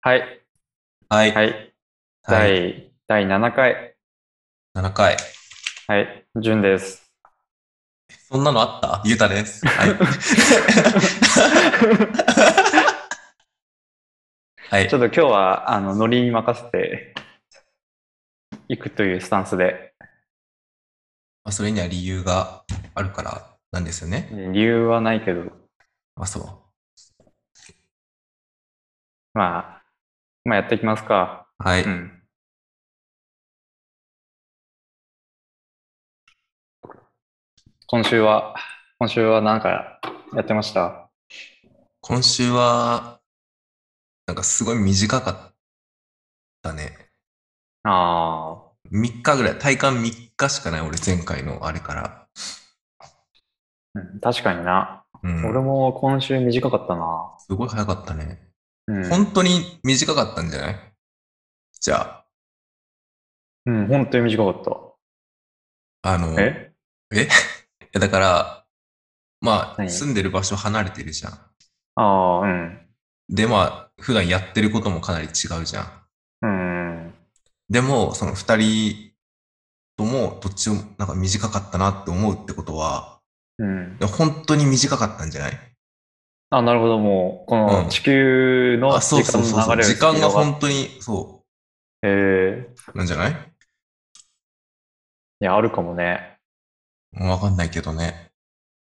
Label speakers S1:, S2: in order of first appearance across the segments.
S1: はい。
S2: はい。
S1: はい。
S2: はい。
S1: 第、第7回。
S2: 7回。
S1: はい。順です。
S2: そんなのあったゆうたです。 はい。はい
S1: ちょ。っと今日は、あの、ノリに任せて、いくというスタンスで、
S2: まあ、それには理由があるからなんですよね。
S1: 理由はないけど、
S2: あ、そ
S1: まあ、まあやっていきますか。
S2: う。はい。
S1: うん。今週は、今週は何かやってました
S2: 今週は、なんかすごい短かったね。
S1: ああ、
S2: 3日ぐらい、体感3日しかない、俺前回のあれから。
S1: うん、確かにな。
S2: うん。
S1: 俺も今週短かったな。
S2: すごい早かったね。
S1: うん
S2: 本当に短かったんじゃないじゃ
S1: うん、本当に短かった。
S2: あ、あの、
S1: え
S2: いやだから、まあ、
S1: 何
S2: 住んでる場所離れてるじゃん。
S1: ああ、うん。
S2: で、まあ、普段やってることもかなり違うじゃん。
S1: うん。
S2: でも、その二人とも、どっちもなんか短かったなって思うってことは、
S1: うん。
S2: 本当に短かったんじゃない
S1: あ、なるほど。もう、こ
S2: う
S1: の
S2: ん
S1: 地球の
S2: あ、そう
S1: 時
S2: そ
S1: 間
S2: うそうそ
S1: の
S2: う。
S1: 流れ
S2: 時間が本
S1: ん
S2: 当に、そ
S1: ええ
S2: う、なんじゃない
S1: いや、あるかもね。
S2: うんわかんないけどね。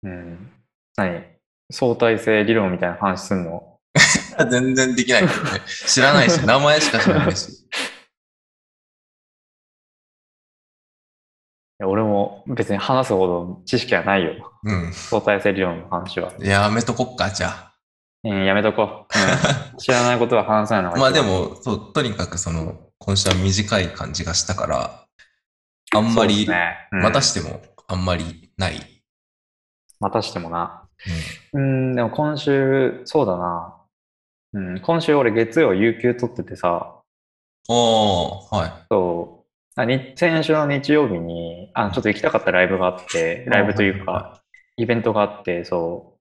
S1: うん。何相対性理論みたいな話すんの
S2: 全然できないけどね。知らないし、名前しか知らないし。
S1: いや、俺も別に話すほど知識はないよ。
S2: うん。
S1: 相対性理論の話は。
S2: やめとこっか、じゃあ。
S1: うん、やめとこう。うん、知らないことは話さないのがいい。
S2: まあでも、そう、とにかくその、今週は短い感じがしたから、あんま
S1: そう
S2: り、
S1: ですねうん
S2: またしてもあんまりない。
S1: またしてもな。うん、でも今週、そうだな。うん、今週俺月曜有給取っててさ、
S2: うん、おー、はい。
S1: そう。あに先週の日曜日にあの、ちょっと行きたかったライブがあって、ライブというか、イベントがあって、そう。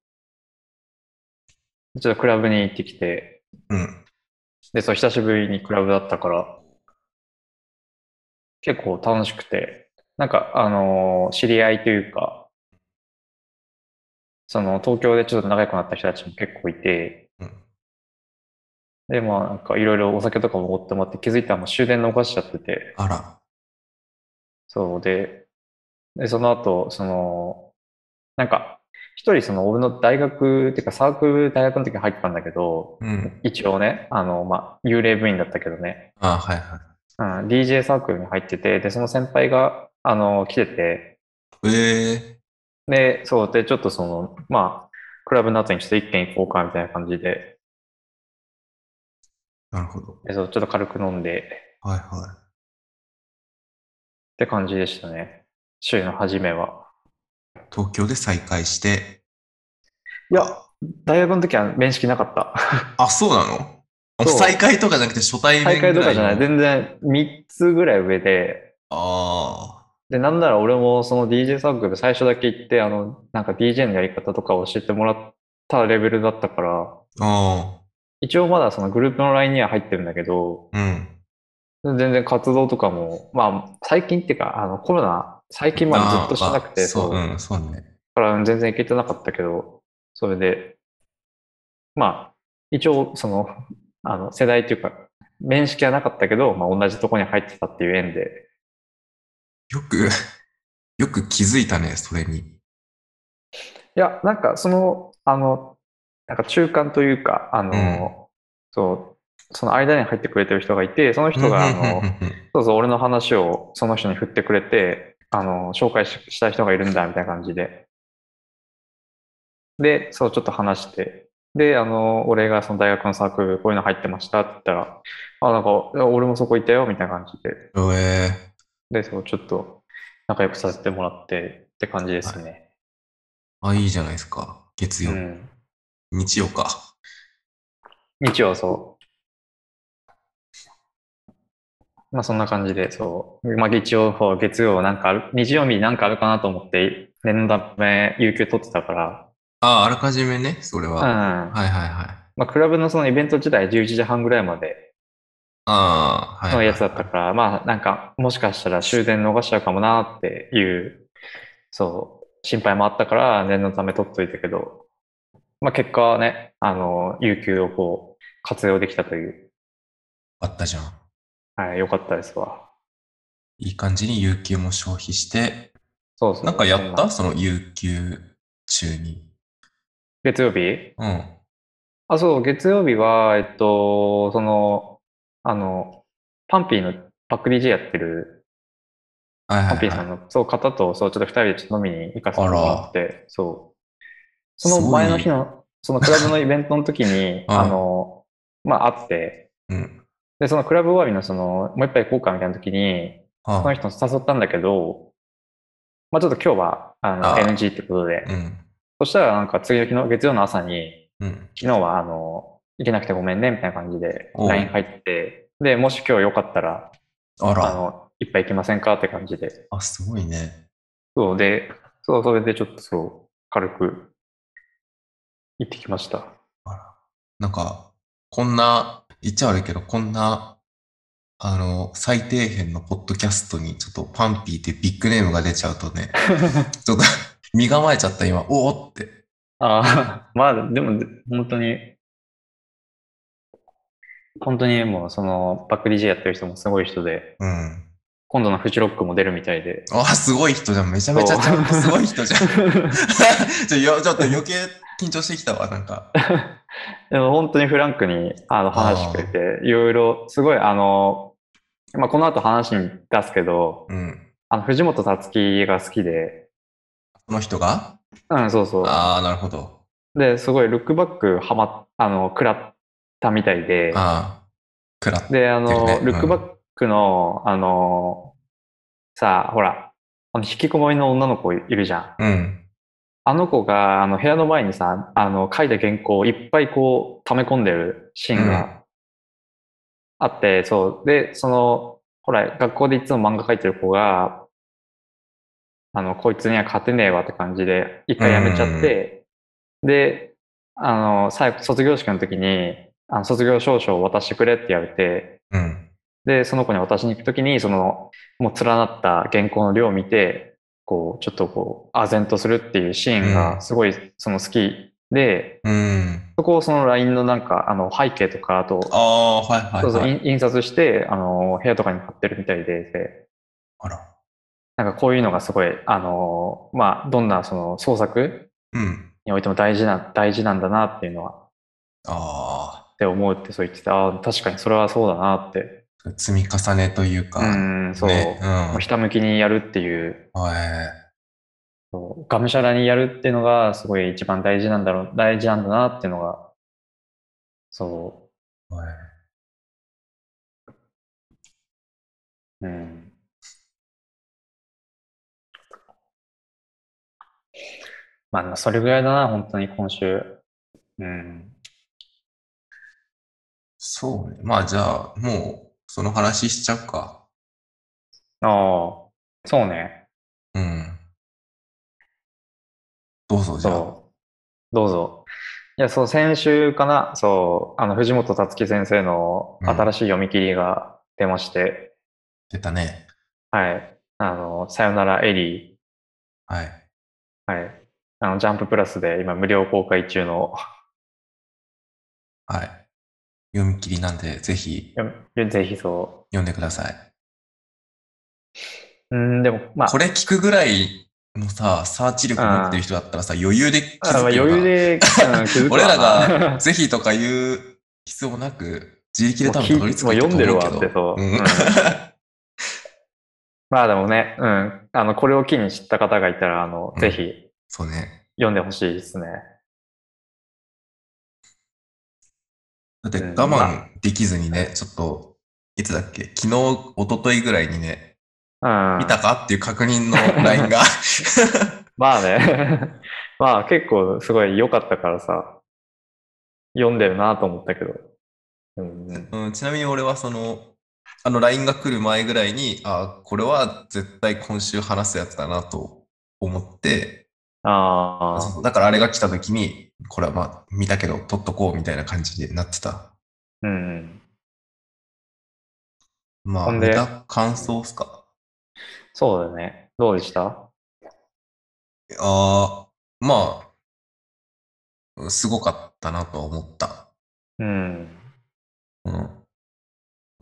S1: ちょっとクラブに行ってきて、
S2: うん。
S1: で、そう、久しぶりにクラブだったから、結構楽しくて、なんか、あのー知り合いというか、その、東京でちょっと仲良くなった人たちも結構いて、
S2: うん。
S1: で、まあ、なんか、いろいろお酒とかもおごってもらって、気づいたらもう終電逃しちゃってて、
S2: あら。
S1: そうで、で、その後、その、なんか、一人、その、俺の大学、っていうか、サークル大学の時入ってたんだけど、
S2: うん。
S1: 一応ね、あの、まあ、幽霊部員だったけどね、
S2: あはいは
S1: うん、DJ サークルに入ってて、で、その先輩が、あの、来てて、
S2: い。ええ
S1: で、そう、で、ちょっとその、まあ、クラブの後にちょっと一軒行こうか、みたいな感じで、
S2: ー、なるほど。
S1: で、そう、ちょっと軽く飲んで、
S2: はいは
S1: って感じでしたね。週の初めは。
S2: い。東京で再会して。
S1: いや、大学の時は面識なかった。
S2: あ、そうなのあ
S1: そう
S2: 再会とかじゃなくて初対面
S1: 大
S2: ぐ
S1: 会
S2: らい
S1: と
S2: の
S1: かじゃない、全然3つぐらい上で、
S2: あ
S1: で、なんなら俺もその DJ サークル最初だけ行って、あの、なんか DJ のやり方とか教えてもらったレベルだったから、
S2: あ。あ
S1: 一応まだそのグループの LINE には入ってるんだけど、
S2: あ。うん。
S1: 全然活動とかも、まあ、最近っていうか、あの、コロナ、最近までずっとしてなく
S2: あーま
S1: て、
S2: あそう、
S1: だ
S2: うん、そうね。
S1: から全然行けてなかったけど、それで、まあ、一応、その、あの、世代っていうか、面識はなかったけど、まあ、同じとこに入ってたっていう縁で、
S2: よく、よく気づいたね、それに。
S1: いや、なんかその、あの、なんか中間というか、あの、
S2: うん
S1: そう、その間に入ってくれてる人がいて、その人が、あの
S2: うんうん、うんうん
S1: そうそう、俺の話をその人に振ってくれて、あの、紹介ししたい人がいるんだ、みたいな感じで。で、そう、ちょっと話して。で、あの、俺がその大学のサークル、こういうの入ってましたって言ったら、あ、なんか、いや俺もそこいたよ、みたいな感じで。
S2: うんええ
S1: で、そう、ちょっと仲良くさせてもらってって感じですね。
S2: あ、いいじゃないですか。月曜、
S1: うん。
S2: 日曜か。
S1: 一応そう。まあそんな感じで、そう。まあ一応そう月曜なんかある、日曜日になんかあるかなと思って、念のため有給取ってたか
S2: ああ、あらかじめね、それは。
S1: ら、
S2: はいはいは
S1: まあ、クラブのそのイベント自体11時半ぐらいまで
S2: ああ、はい。
S1: のやつだったから、まあ、なんか、もしかしたら終電逃しちゃうかもなっていう、そう、心配もあったから、念のため取っといたけど、まあ、結果はね、あの、有給をこう、活用できたという、
S2: あったじゃん。
S1: はい、良かったですわ。
S2: いい感じに有給も消費して、
S1: そうそう。
S2: なんかやっ
S1: そん
S2: た
S1: な
S2: その有給中に。
S1: 月曜日
S2: うん。
S1: あ、そう、月曜日は、えっと、その、あの、パンピーのパック DJ やってる、
S2: はい
S1: パ
S2: は
S1: ンピ
S2: い
S1: ーさ
S2: はい。、
S1: んの、そう、方と、そう、ちょっと二人でちょっと飲みに行かせてもらって、そう。その前の日の、そのクラブのイベントの時に
S2: うん
S1: あの、まあ、会って、
S2: うん。
S1: で、そのクラブ終わりの、その、もう一杯行こうかみたいな時に、
S2: あ
S1: その人誘ったんだけど、まあ、ちょっと今日は、あの、
S2: あ
S1: NG ってことで、
S2: うん。
S1: そしたらなんか次の日の月曜の朝に、
S2: うん。
S1: 昨日はあの行けなくてごめんねみたいな感じで
S2: おう
S1: LINE 入って、で、もし今日よかったら、
S2: あ
S1: あ
S2: ら。
S1: の、いっぱい行きませんかって感じで。
S2: あ、すごいね。
S1: そうで、そう、それでちょっとそう、軽く行ってきました。
S2: なんか、こんな、言っちゃ悪いけど、こんな、あの、最底辺のポッドキャストに、ちょっとパンピーってビッグネームが出ちゃうと ね、ちょっと身構えちゃった今、おおって。
S1: ああ、 まあ、でも、本当に、本当にもう、その、バック DJ やってる人もすごい人で、
S2: うん。
S1: 今度のフジロックも出るみたいで。
S2: あ、すごい人じゃん。めちゃめちゃちゃんとすごい人じゃん。 ちょよちょっと余計緊張してきたわ、なんか。
S1: でも本当にフランクにあの話してくれて、いろいろ、すごい、あの、まあ、この後話に出すけど、
S2: うん。
S1: あの、藤本さつきが好きで、
S2: この人が
S1: うん、そうそう。
S2: ああ、なるほど。
S1: で、すごい、ルックバックはまっ、あの、食らったみたいで、
S2: ああ、くらっ
S1: で、あ
S2: 出
S1: の
S2: るね、
S1: ルックバックの、あの、さあ、ほら、あの、引きこもりの女の子いるじゃん。
S2: うん。
S1: あの子が、あの、部屋の前にさ、あの、書いた原稿をいっぱいこう、溜め込んでるシーンがあって、そう。で、その、ほら、学校でいつも漫画描いてる子が、あの、こいつには勝てねえわって感じで、一回やめちゃって、で、あの、最後、卒業式の時に、あの、卒業証書を渡してくれって言われて、
S2: うん。
S1: で、その子に渡しに行く時に、その、もう連なった原稿の量を見て、こう、ちょっとこう、唖然とするっていうシーン
S2: うん
S1: が、すごい、その好きで、
S2: うん。
S1: そこをその LINE のなんか、あの、背景とか、あと、
S2: ああ、はい
S1: そう
S2: はい
S1: そう、
S2: はい。
S1: 印印刷して、あの、部屋とかに貼ってるみたいで、で
S2: あら。
S1: なんかこういうのがすごい、あの、まあ、どんなその創作
S2: うん。
S1: においても大事な、大事なんだなっていうのは、
S2: あ
S1: って思うってそう言ってて、ああ、確かにそれはそうだなって。
S2: あ、積み重ねというか、
S1: うん、そう。
S2: ね、うん。
S1: もうひたむきにやるっていう、
S2: はい。
S1: そうがむしゃらにやるっていうのが、すごい一番大事なんだろう、大事なんだなっていうのが、そ
S2: はい。
S1: う、うん。まあ、それぐらいだな、本当に今週。うん。
S2: そうね。まあじゃあ、もう、その話しちゃうか。
S1: ああ、そうね。
S2: うん。どうぞ、じゃあ。
S1: そう。どうぞ。いや、そう、先週かな、そう、あの、藤本つき先生の
S2: うん
S1: 新しい読み切りが出まして、
S2: 出たね。
S1: はい。あの、さよならエリ
S2: はい。
S1: ー、はい。あの、ジャンププラスで今無料公開中の、
S2: はい。読み切りなんで、ぜひ
S1: よぜひそ
S2: 読んでください。
S1: う。うん、でも、まあ、
S2: これ聞くぐらいのさ、サーチ力持ってる人だったらさ、余裕で気
S1: あまあ
S2: づく
S1: 余
S2: よな
S1: 裕で、う ん、気づくわ
S2: 俺
S1: な
S2: らがぜひとか言う必要もなく、自力で多分たどり着くと思うけど。
S1: もう聞いもう読んでるわってそう
S2: うん
S1: うん まあでもね、うん、あの、これを機に知った方がいたら、あの
S2: う、ん
S1: ぜひ
S2: そうね。
S1: 読んでほしいですね。
S2: だって
S1: うん
S2: 我慢できずにね、ちょっと、いつだっけ昨日、一昨日ぐらいにね、
S1: うん。
S2: 見たかっていう確認の LINE が。
S1: まあね。 まあ結構すごい良かったからさ、読んでるなと思ったけど。うん。
S2: うん、ちなみに俺はその、あの LINE が来る前ぐらいに、あこれは絶対今週話すやつだなと思って、
S1: あ
S2: そうそうだからあれが来た時に、これはまあ見たけど撮っとこうみたいな感じになってた。
S1: うんうん。
S2: ま
S1: ほ
S2: あ、
S1: んで
S2: 見た感想っすか
S1: そうだね。どうでした
S2: ああ、まあ、すごかったなとは思った。
S1: うん。
S2: うん。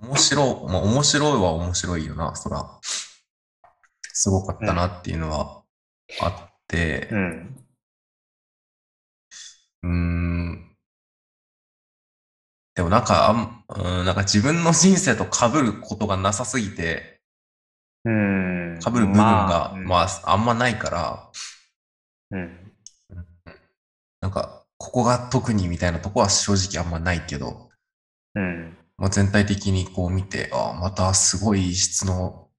S2: 面白い、まあ面白いは面白いよな、そら。すごかったなっていうのはあって、
S1: うん。
S2: うーん。でもなんか、あん、うん、なんか自分の人生と被ることがなさすぎて、
S1: うん。
S2: 被る部分が、
S1: まあ、
S2: まあ、あんまないから、
S1: うん。
S2: なんか、ここが特にみたいなとこは正直あんまないけど、
S1: うん。
S2: まあ、全体的にこう見て、ああ、またすごい質の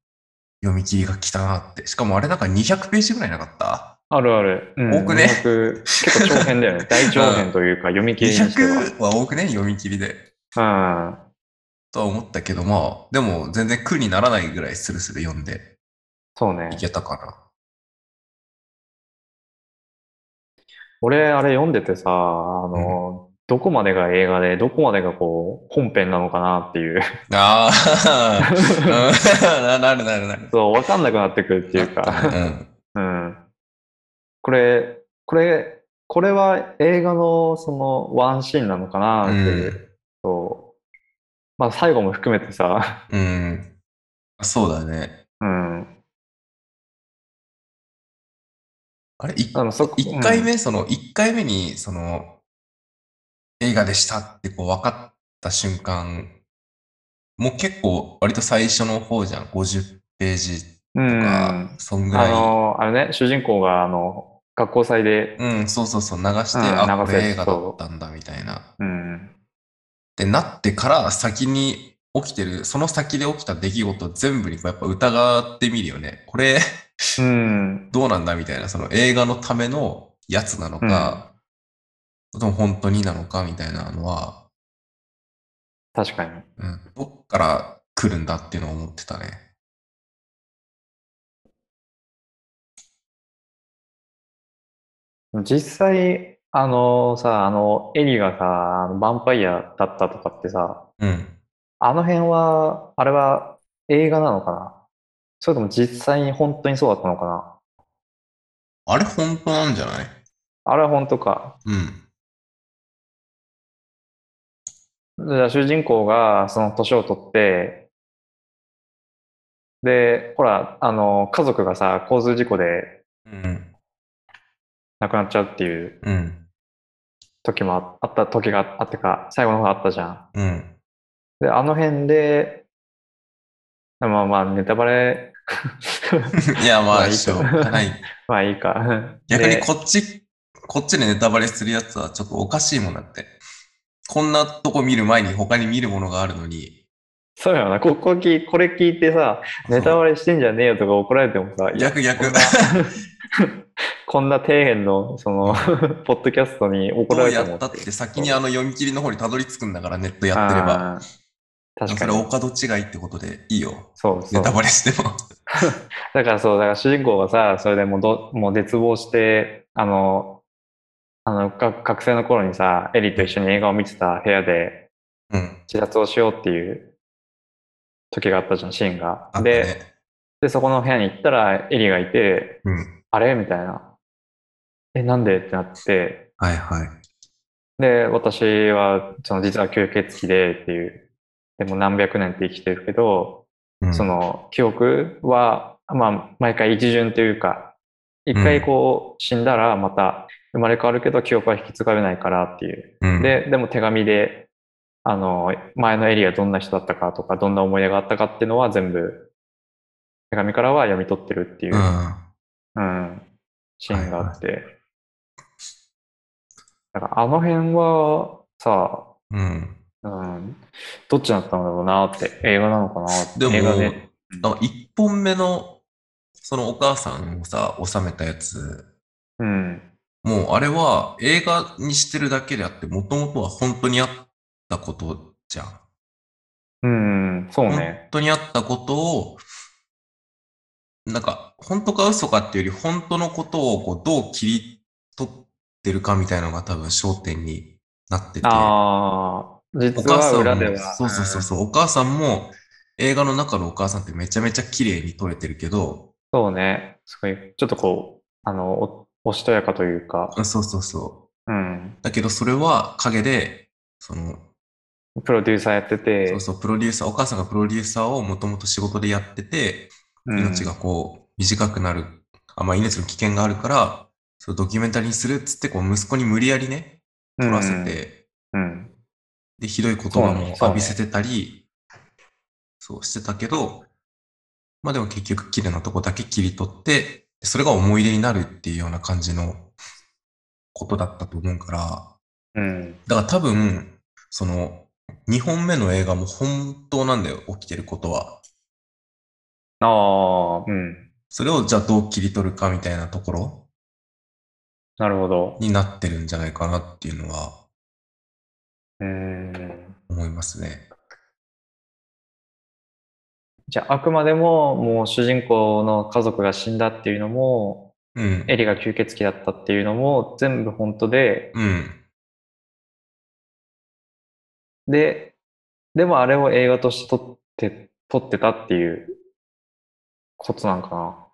S2: 読み切りが来たなって。しかもあれなんか200ページぐらいなかった
S1: あるある。うん、
S2: 多くね
S1: 200結構長編 だよね。大長編というか、読み切りにしては。
S2: ?200 は多くね読み切りで。
S1: うん。
S2: とは思ったけど、まあ、でも全然苦にならないぐらいスルスル読んで
S1: そうね
S2: い。けたか
S1: 俺、あれ読んでてさ、あの、どこまでが映画で、どこまでがこう、本編なのかなっていう。
S2: な。ああ、うん なるなるなる。
S1: そう、わかんなくなってくるっていう
S2: あった
S1: か。
S2: ねうん。
S1: うん。これ、これ、これは映画のそのワンシーンなのかなっていう。そう。まあ最後も含めてさ、
S2: うん。うん。そうだね。
S1: うん。
S2: あれ、い
S1: あの、そこ、
S2: 一回目、その、一回目に、その、映画でしたってこう分かった瞬間、もう結構割と最初の方じゃん。50ページ
S1: うん、
S2: と
S1: うん。
S2: か、そんぐ
S1: あ
S2: らい。
S1: の、あれね、主人公があの、学校祭で、
S2: うん、そうそうそう、流して、
S1: うん
S2: あ、こ
S1: 流せ
S2: れ映画だったんだみたいな。っ
S1: うん。
S2: てなってから先に起きてる、その先で起きた出来事全部にこうやっぱ疑ってみるよね。これ、
S1: うん。
S2: どうなんだみたいな、その映画のためのやつなのか、それとも本当になのかみたいなのは、
S1: 確かに。
S2: うん、どっから来るんだっていうのを思ってたね。
S1: 実際、あのさ、あの、エリがさ、あのヴァンパイアだったとかってさ、
S2: うん。
S1: あの辺は、あれは映画なのかなそれとも実際に本当にそうだったのかな
S2: あれ本当なんじゃない
S1: あれは本当か。
S2: うん。
S1: じゃあ主人公がその年を取って、で、ほら、あの、家族がさ、交通事故で
S2: うん。
S1: 亡くなっちゃうっていう
S2: うん。
S1: 時もああった時があってか、最後の方あったじゃん。
S2: うん。
S1: で、あの辺で、まあまあ、ネタバレ、
S2: いや、ま
S1: ま
S2: あ、
S1: あいいか
S2: 一緒。 はい。
S1: まあいいか。
S2: 逆に
S1: で
S2: こっち、こっちでネタバレするやつはちょっとおかしいもんだって。こんなとこ見る前に他に見るものがあるのに。
S1: そうやな、ここ聞いこれ聞いてさ、ネタバレしてんじゃねえよとか怒られてもさ、いや、
S2: 逆逆。
S1: こんな底辺の、そ の、ポッドキャストに怒
S2: ど
S1: ら
S2: う
S1: れて
S2: や
S1: も
S2: ったって先にあの読み切りの方にたどり着くんだからネットやってれば。
S1: あー確
S2: そ
S1: か
S2: れ
S1: に。
S2: お門違いってことでいいよ。
S1: そうそ
S2: ネ
S1: う。
S2: タバレしても。
S1: だからそう、だから主人公がさ、それでもうど、もう絶望して、あの、あの、が学生の頃にさ、エリと一緒に映画を見てた部屋で
S2: うん。
S1: 自殺をしようっていう時があったじゃん、シーンが。
S2: あった
S1: で、
S2: ね。
S1: で、そこの部屋に行ったら、エリがいて、
S2: うん。
S1: あれみたいな。え、なんでってなって、
S2: はいはい。
S1: で、私は、その実は吸血鬼でっていう、でも何百年って生きてるけど、
S2: うん
S1: その記憶は、まあ、毎回一巡というか、一回こう死んだらまた生まれ変わるけど記憶は引き継がれないからっていう。
S2: うん、
S1: で、でも手紙で、あの、前のエリアどんな人だったかとか、どんな思い出があったかっていうのは全部、手紙からは読み取ってるっていうう、
S2: ん。
S1: うん、シーンがあって。だからあの辺はさ、
S2: うん。
S1: うん、どっちだったんだろうなって、映画なのかなって。
S2: でも、
S1: 映画で。
S2: あ一本目の、そのお母さんをさ、収めたやつ、
S1: うん。
S2: もうあれは映画にしてるだけであって、もともとは本当にあったことじゃん。
S1: うん、そう
S2: 本
S1: ね。
S2: 当にあったことを、なんか、本当か嘘かっていうより、本当のことをこうどう切り取ってるかみたいなのが多分焦点になってて、
S1: ああ、
S2: お
S1: 実
S2: 母
S1: は
S2: さん
S1: 裏
S2: も、
S1: では。
S2: そうそうそうそう、お母さんも、映画の中のお母さんってめちゃめちゃ綺麗に撮れてるけど、
S1: そうね。すごい、ちょっとこう、あの、お、おしとやかというか、
S2: そうそうそ
S1: うん
S2: う。。だけどそれは影で、その、
S1: プロデューサーやってて、
S2: そうそう、プロデューサー、お母さんがプロデューサーをもともと仕事でやってて、
S1: うん
S2: 命がこう、短くなる、あまあ、命の危険があるから、それドキュメンタリーにするっつって、こう、息子に無理やりね、撮らせて、
S1: うん、うん。
S2: で、ひどい言葉
S1: そう
S2: も
S1: ねそうね
S2: 浴びせてたり、そうしてたけど、まあでも結局綺麗なとこだけ切り取って、それが思い出になるっていうような感じのことだったと思うから、
S1: うん。
S2: だから多分、その、2本目の映画も本当なんだよ、起きてることは。
S1: ああ、うん。
S2: それをじゃあどう切り取るかみたいなところ
S1: なるほど。
S2: になってるんじゃないかなっていうのは
S1: うん。
S2: 思いますね。
S1: じゃあ、あくまでも、もう主人公の家族が死んだっていうのも、
S2: うん。
S1: エリが吸血鬼だったっていうのも、全部本当で、
S2: うん。
S1: で、でもあれを映画として撮って、撮ってたっていうことなんかな。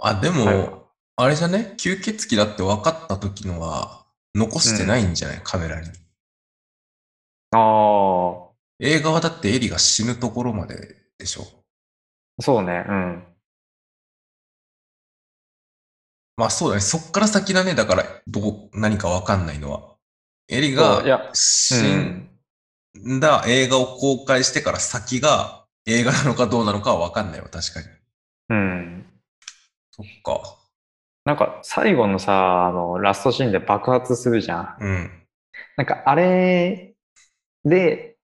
S2: あ、でも、
S1: はい
S2: あれじゃね吸血鬼だって分かった時のは、残してないんじゃない、カメラに。
S1: ああ、
S2: 映画はだってエリが死ぬところまででしょ。
S1: そうね、うん。
S2: まあそうだね。そっから先だね。だから、どう、何か分かんないのは。エリ
S1: そういや
S2: が死
S1: うん
S2: んだ映画を公開してから先が映画なのかどうなのかは分かんないわ。確かに。
S1: うん。
S2: そっか。
S1: なんか最後のさ、あの、ラストシーンで爆発するじゃん。
S2: うん。
S1: なんかあれで、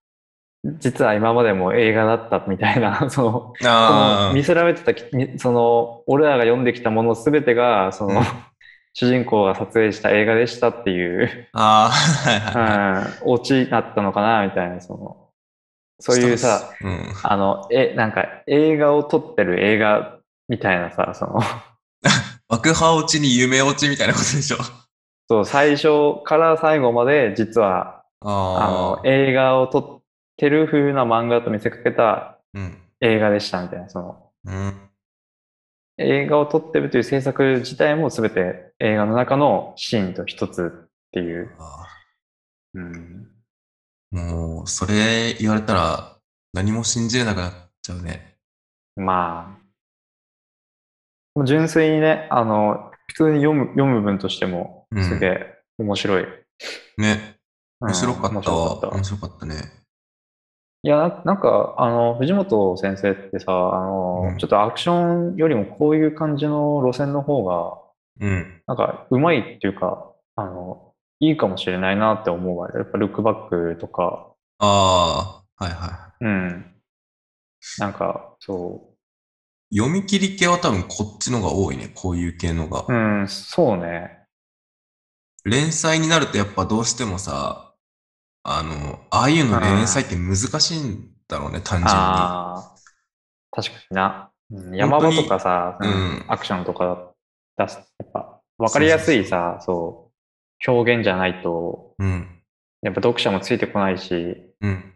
S1: 実は今までも映画だったみたいな、 その、こ
S2: あ
S1: の
S2: あ
S1: 見、せられてたき、みその、俺らが読んできたもの全てが、その、
S2: うん
S1: 主人公が撮影した映画でしたっていう、
S2: ああ、はいは
S1: う
S2: いはい。
S1: ん、オチだったのかな、みたいな、その、そういうさ、
S2: うん。
S1: あの、え、なんか映画を撮ってる映画みたいなさ、その、
S2: 爆破落ちに夢落ちみたいなことでしょ。
S1: そう、最初から最後まで実は、 あ
S2: あ
S1: の、映画を撮ってる風な漫画と見せかけた
S2: あ、うん。
S1: 映画でしたみたいな、その、
S2: うん。
S1: 映画を撮ってるという制作自体も全て映画の中のシーンと一つっていう。
S2: あ
S1: うん。
S2: ーもう、それ言われたら何も信じれなくなっちゃうね。
S1: まあ、もう純粋にね、あの、普通に読む、読む分としても、
S2: うん
S1: すげえ面白い。
S2: ね。
S1: うん
S2: 面白かった
S1: 面白か
S2: わ。
S1: った
S2: 面白かったね。
S1: いや、ななんか、あの、藤本先生ってさ、あの、
S2: うん
S1: ちょっとアクションよりもこういう感じの路線の方が、
S2: うん。
S1: なんか、うまいっていうか、あの、いいかもしれないなって思うわ。やっぱ、ルックバックとか、
S2: ああ、はいは
S1: うん。なんか、そ
S2: い。読み切り系は多分こっちのが多いね。こういう系のが
S1: う。う。ん、そうね。
S2: 連載になるとやっぱどうしてもさ、あの、ああいうの連載って難しいんだろうね、単純に。
S1: ああ、確かにな。うん、山場とかさ、
S2: 本当に
S1: うん
S2: うん
S1: アクションとか出す、やっぱ、わかりやすいさ、そう、表現じゃないと、
S2: うん。
S1: やっぱ読者もついてこないし、
S2: うん。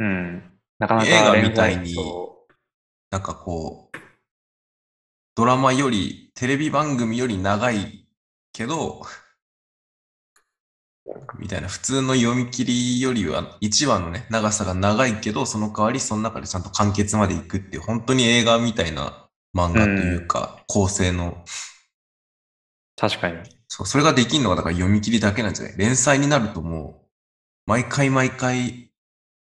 S1: うん。なかなか
S2: 映画み
S1: 連載
S2: たいに
S1: そ
S2: なんかこう、ドラマより、テレビ番組より長いけど、みたいな、普通の読み切りよりは、1話のね、長さが長いけど、その代わりその中でちゃんと完結までいくっていう、本当に映画みたいな漫画というか、構成の、
S1: う確かに。
S2: そう、それができるのがだから読み切りだけなんじゃない連載になるともう、毎回毎回、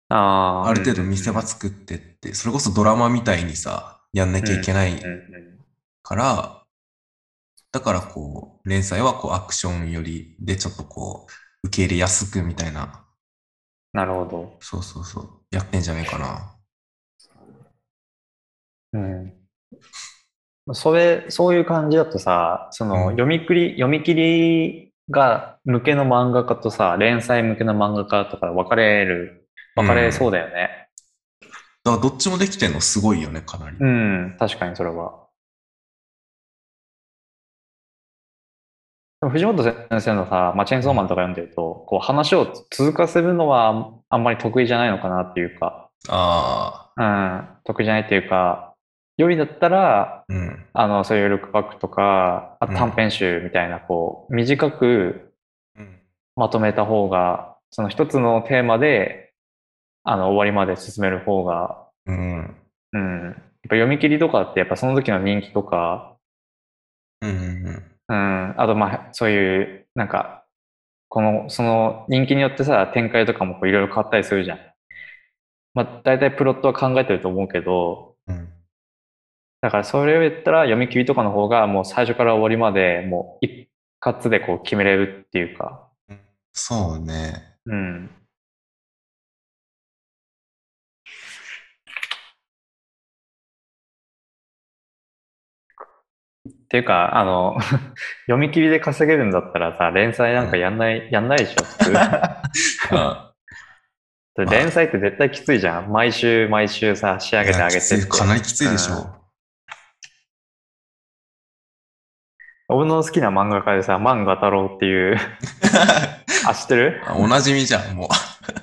S1: ああ。
S2: ある程度見せ場作ってって、それこそドラマみたいにさ、やんなきゃいけない
S1: うんうん
S2: から、だからこう、連載はこうアクションよりでちょっとこう、受け入れやすくみたいな、
S1: なるほど。
S2: そうそうそう、やってんじゃないかな。
S1: うん。それ、そういう感じだとさ、その、
S2: うん
S1: 読み切り、読み切りが向けの漫画家とさ、連載向けの漫画家とか分かれる、分かれそうだよね。
S2: だからどっちもできてんのすごいよね、かなり。
S1: うん、確かにそれは。でも藤本先生のさ、まあ、チェーンソーマンとか読んでると、こう話を通過するのはあんまり得意じゃないのかなっていうか、
S2: あ
S1: うん、得意じゃないっていうか、よりだったら、
S2: あ、うん、
S1: あの、そういうルックバックとか、あと短編集みたいな、こう、短く
S2: うん、
S1: まとめた方が、その一つのテーマで、あの、終わりまで進める方が、
S2: うん、
S1: うん、やっぱ読み切りとかって、やっぱその時の人気とか、
S2: うん、うん、
S1: うん、あとまあそういうなんかこのその人気によってさ展開とかもこういろいろ変わったりするじゃん。まあ大体プロットは考えてると思うけど
S2: うん、
S1: だからそれを言ったら読み切りとかの方がもう最初から終わりまでもう一括でこう決めれるっていうか。
S2: そうね。
S1: うん。っていうか、あの、 読み切りで稼げるんだったらさ、連載なんかやんない、やんないでしょ、 普通。
S2: あ
S1: で連載って絶対きついじゃん。毎週毎週さ、仕上げてあげてって
S2: いやきついかなりきついでしょ。
S1: 俺の好きな漫画家でさ、漫画太郎っていう、 あ、知ってる
S2: あおなじみじゃん、もう。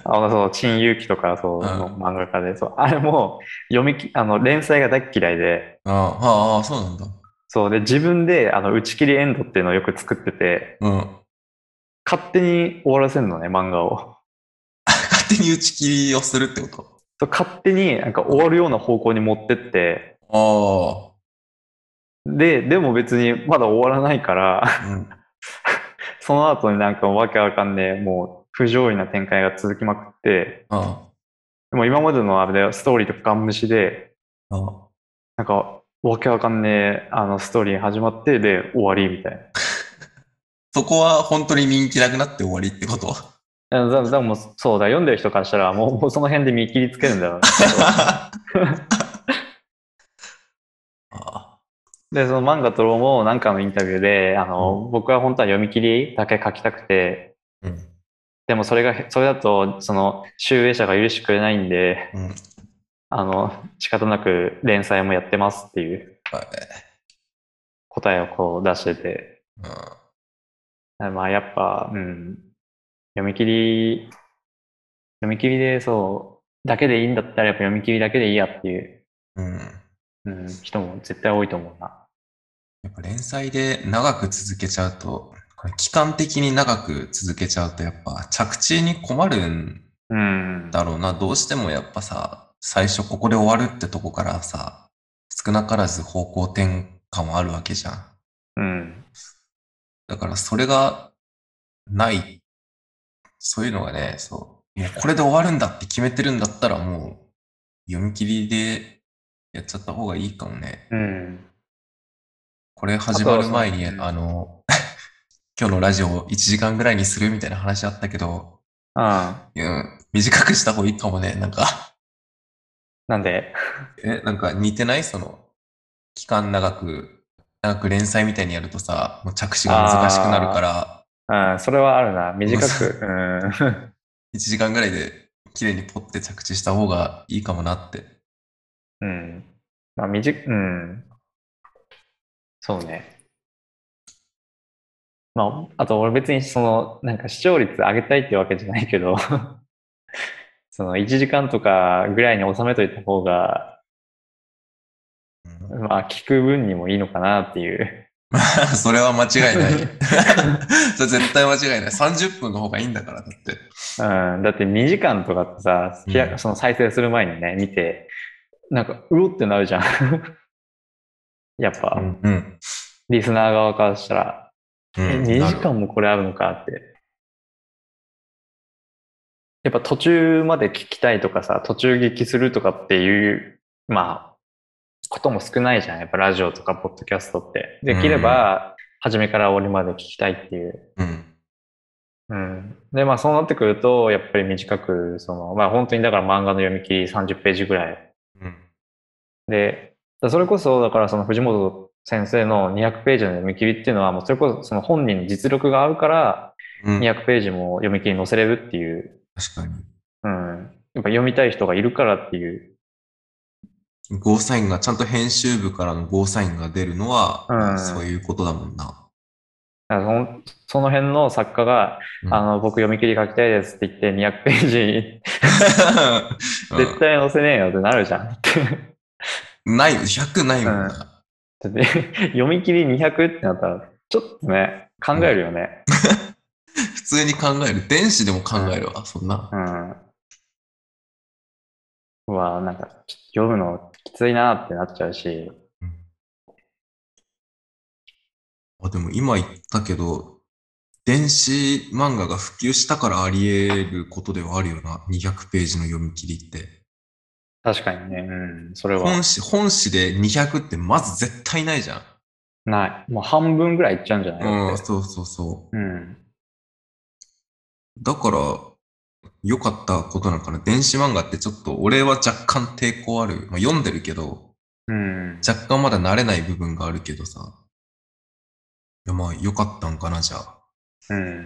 S1: あの、そう、陳勇気とか、そう、
S2: うん
S1: の漫画家で、そう、あれも、読みき、あの、連載が大っ嫌いで、
S2: ああ、ああ、そうなんだ。
S1: そうで自分であの打ち切りエンドっていうのをよく作ってて
S2: うん。
S1: 勝手に終わらせるのね漫画を
S2: 勝手に打ち切りをするってこ
S1: そう勝手になんか終わるような方向に持ってって
S2: と。
S1: ででも別にまだ終わらないから
S2: ああ、うん。
S1: その後になんかわけわかんねえもう不条理な展開が続きまくって
S2: あ
S1: でも今までのあれでストーリーとかガン無視で
S2: あ、あ
S1: なんかわけわかんねえあのストーリー始まってで終わりみたいな
S2: そこは本当に人気なくなって終わりってこと
S1: あのだだもうそうだ読んでる人からしたらもうもうその辺で見切りつけるんだろう ね
S2: ああ、
S1: で、その漫画太郎もなんかのインタビューで、あの、僕は本当は読み切りだけ書きたくて、
S2: うん。
S1: でもそれが、それだと、その、集英社が許してくれないんで、
S2: うん。
S1: あの、仕方なく連載もやってますっていう
S2: はい
S1: 答えをこう出してて、
S2: うん
S1: まあやっぱ、うん、読み切り、読み切りでそう、だけでいいんだったらやっぱ読み切りだけでいいやっていう、
S2: うん。
S1: うん、人も絶対多いと思うな。
S2: やっぱ連載で長く続けちゃうと、これ期間的に長く続けちゃうと、やっぱ着地に困るん
S1: うん。
S2: だろうな。どうしてもやっぱさ、最初ここで終わるってとこからさ、少なからず方向転換はあるわけじゃん。
S1: うん。
S2: だからそれがない、そういうのがね、そう、もうこれで終わるんだって決めてるんだったらもう読み切りでやっちゃった方がいいかもね。
S1: うん。
S2: これ始まる前に、
S1: あとはその
S2: あの、 今日のラジオを1時間ぐらいにするみたいな話あったけど、
S1: うん。
S2: うん、短くした方がいいかもね。なんか、
S1: なんで、
S2: え、なんか似てないその、期間長く、長く連載みたいにやるとさ、もう着手が難しくなるから、
S1: うん、それはあるな。短く。 うん。
S2: 1時間ぐらいで綺麗にポッて着地した方がいいかもなって。
S1: うん。まあ、短く、うん。そうね。まあ、あと俺別にその、なんか視聴率上げたいってわけじゃないけど、 その1時間とかぐらいに収めといた方が、
S2: うん
S1: まあ、聞く分にもいいのかなっていう。
S2: それは間違い ない。それ絶対間違いない。30分の方がいいんだから、だって。
S1: うん。だって2時間とかってさ、ひ
S2: う
S1: や
S2: ん
S1: その再生する前にね、見て、なんか、うおってなるじゃん。 やっぱ、
S2: うん。うん。
S1: リスナー側からしたら、え、2時
S2: なる
S1: 間もこれあるのかって。やっぱ途中まで聞きたいとかさ、途中聞きするとかっていう、まあ、ことも少ないじゃん。やっぱラジオとかポッドキャストって。できれば、初めから終わりまで聞きたいっていう。
S2: うん。
S1: うん。で、まあそうなってくると、やっぱり短く、その、まあ本当にだから漫画の読み切り30ページぐらい。
S2: うん。
S1: で、だそれこそ、だからその藤本先生の200ページの読み切りっていうのは、もうそれこそその本人の実力があるから、
S2: うん。
S1: 200ページも読み切り載せれるっていう、
S2: 確かに。
S1: うん、やっぱ読みたい人がいるからっていう、
S2: ゴーサインが、ちゃんと編集部からのゴーサインが出るのは、
S1: うん
S2: そういうことだもんな。
S1: うなんかそのその辺の作家が、
S2: うん
S1: あの、僕読み切り書きたいですって言って200ページ、
S2: うん
S1: 絶対載せねえよってなるじゃんって。
S2: ない、100ないもんな。
S1: だって 読み切り200ってなったら、ちょっとね、考えるよね。
S2: 普通に考える。電子でも考えるわ、そんな。
S1: うん。うわなんか、ちょっと読むのきついなってなっちゃうし、
S2: あ、でも今言ったけど、電子漫画が普及したからあり得ることではあるよな。200ページの読み切りって。
S1: 確かにね、うん、それは
S2: 本誌、本誌で200ってまず絶対ないじゃん。
S1: ない。もう半分ぐらいいっちゃうんじゃない
S2: うん、
S1: だって
S2: そうそうそ
S1: うん。
S2: う。だから、良かったことなのかな。電子漫画ってちょっと、俺は若干抵抗ある。まあ、読んでるけど、
S1: うん。
S2: 若干まだ慣れない部分があるけどさ。いや、まあ、良かったんかな、じゃあ。
S1: うん。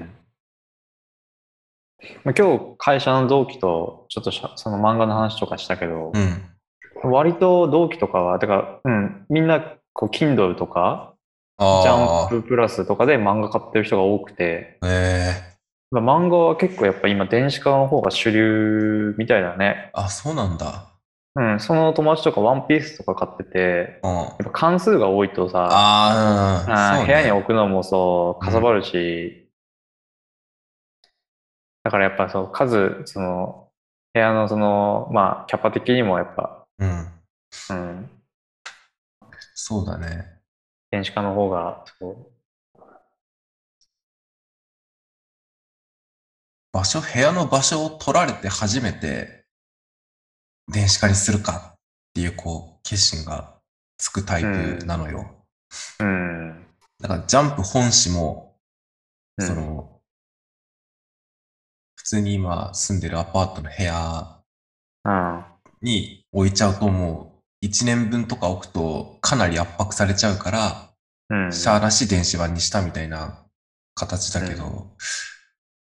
S1: まあ今日、会社の同期と、ちょっとしゃその漫画の話とかしたけど
S2: う、ん。
S1: 割と同期とかは、だから、うん、みんな、こう、Kindle とか、ジャ
S2: あ
S1: ンププラスとかで漫画買ってる人が多くて、
S2: あ、ええ
S1: まあ漫画は結構やっぱ今電子化の方が主流みたいだね。
S2: あ、そうなんだ。
S1: うん、その友達とかワンピースとか買ってて、
S2: うん。
S1: やっぱ関数が多いとさ、
S2: ああ、
S1: あー
S2: そう
S1: 部
S2: ね
S1: 屋に置くのもそう、かさばるし、だからやっぱそう、数、その、部屋のその、まあ、キャパ的にもやっぱ、
S2: うん。
S1: うん、
S2: そうだね。
S1: 電子化の方が、そ
S2: 場所、部屋の場所を取られて初めて、電子化にするかっていう、こう、決心がつくタイプなのよ。
S1: う、うん、
S2: だから、ジャンプ本誌も、
S1: うん
S2: その、普通に今住んでるアパートの部屋
S1: うん、
S2: に置いちゃうともう、1年分とか置くとかなり圧迫されちゃうから、
S1: うん、
S2: しゃあなし電子版にしたみたいな形だけど、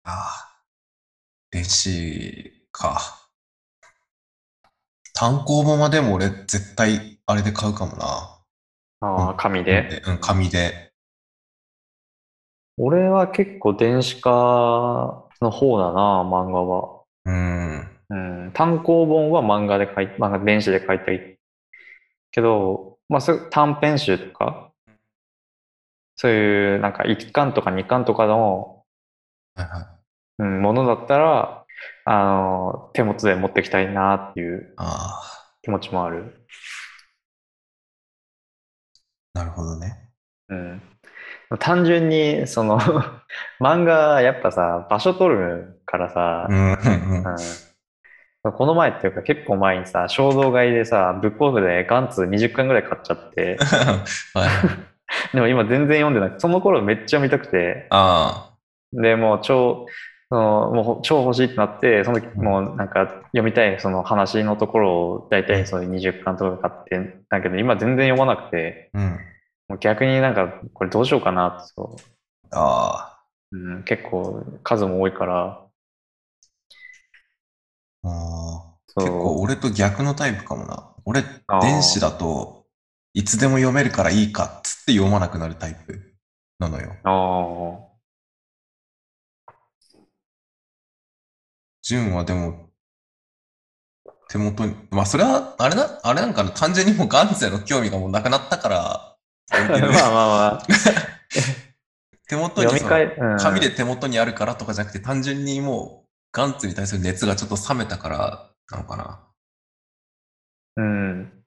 S2: ああ、電子か。単行本はでも俺絶対あれで買うかもな。
S1: ああ、紙で。
S2: うん、紙で。
S1: 俺は結構電子化の方だな、漫画は。
S2: うん。
S1: うん、単行本は漫画で書い漫画電子で書いたりけど、まあ、そう短編集とかそういうなんか1巻とか2巻とかの、
S2: はいはい。
S1: うん、ものだったらあの手元で持ってきたいなっていう
S2: ああ、
S1: 気持ちもある、
S2: なるほどね。
S1: うん、単純にその 漫画やっぱさ場所取るからさ
S2: う、ん、うん、うん。
S1: うんこの前っていうか結構前にさ衝動買いでさブックオフでガンツ20巻ぐらい買っちゃ って
S2: はい。
S1: でも今全然読んでなくて、その頃めっちゃ見たくて、
S2: あ
S1: で、もう超、そのもうほ超欲しいってなって、その時もうなんか読みたいその話のところを大体そういう20巻とかで買ってだけど、今全然読まなくて、
S2: あ、うん。
S1: もう逆になんかこれどうしようかなってそ
S2: あ
S1: う、うん、結構数も多いから、
S2: あ、ああ。
S1: そう
S2: 結構俺と逆のタイプかもな。俺、電子だといつでも読めるからいいかっつって読まなくなるタイプなのよ。
S1: あー
S2: 純はでも、手元に、まあそれは、あれな、あれなんかな、単純にもう元祖への興味がもうなくなったから、
S1: まあ まあまあ、
S2: 手元に
S1: 読み
S2: その
S1: 返、うん、
S2: 紙で手元にあるからとかじゃなくて、単純にもう元祖に対する熱がちょっと冷めたからなのかな。
S1: うん。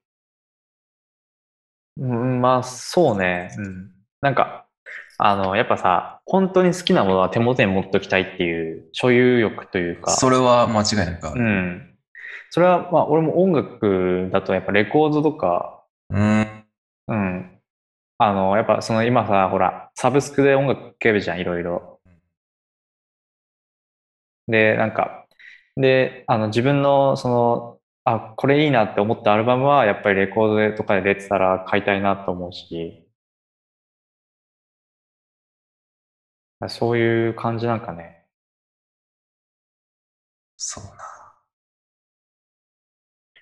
S1: うん、まあ、そうね。うん。なんか、あの、やっぱさ、本当に好きなものは手元に持っときたいっていう所有欲というか、
S2: それは間違いなくあ
S1: う
S2: る。
S1: ん。それは、まあ、俺も音楽だとやっぱレコードとか、
S2: うん。
S1: うん。あの、やっぱその今さ、ほら、サブスクで音楽聴けるじゃん、いろいろ。で、なんか、で、あの、自分の、その、あ、これいいなって思ったアルバムは、やっぱりレコードとかで出てたら買いたいなと思うし、そういう感じなんかね。
S2: そう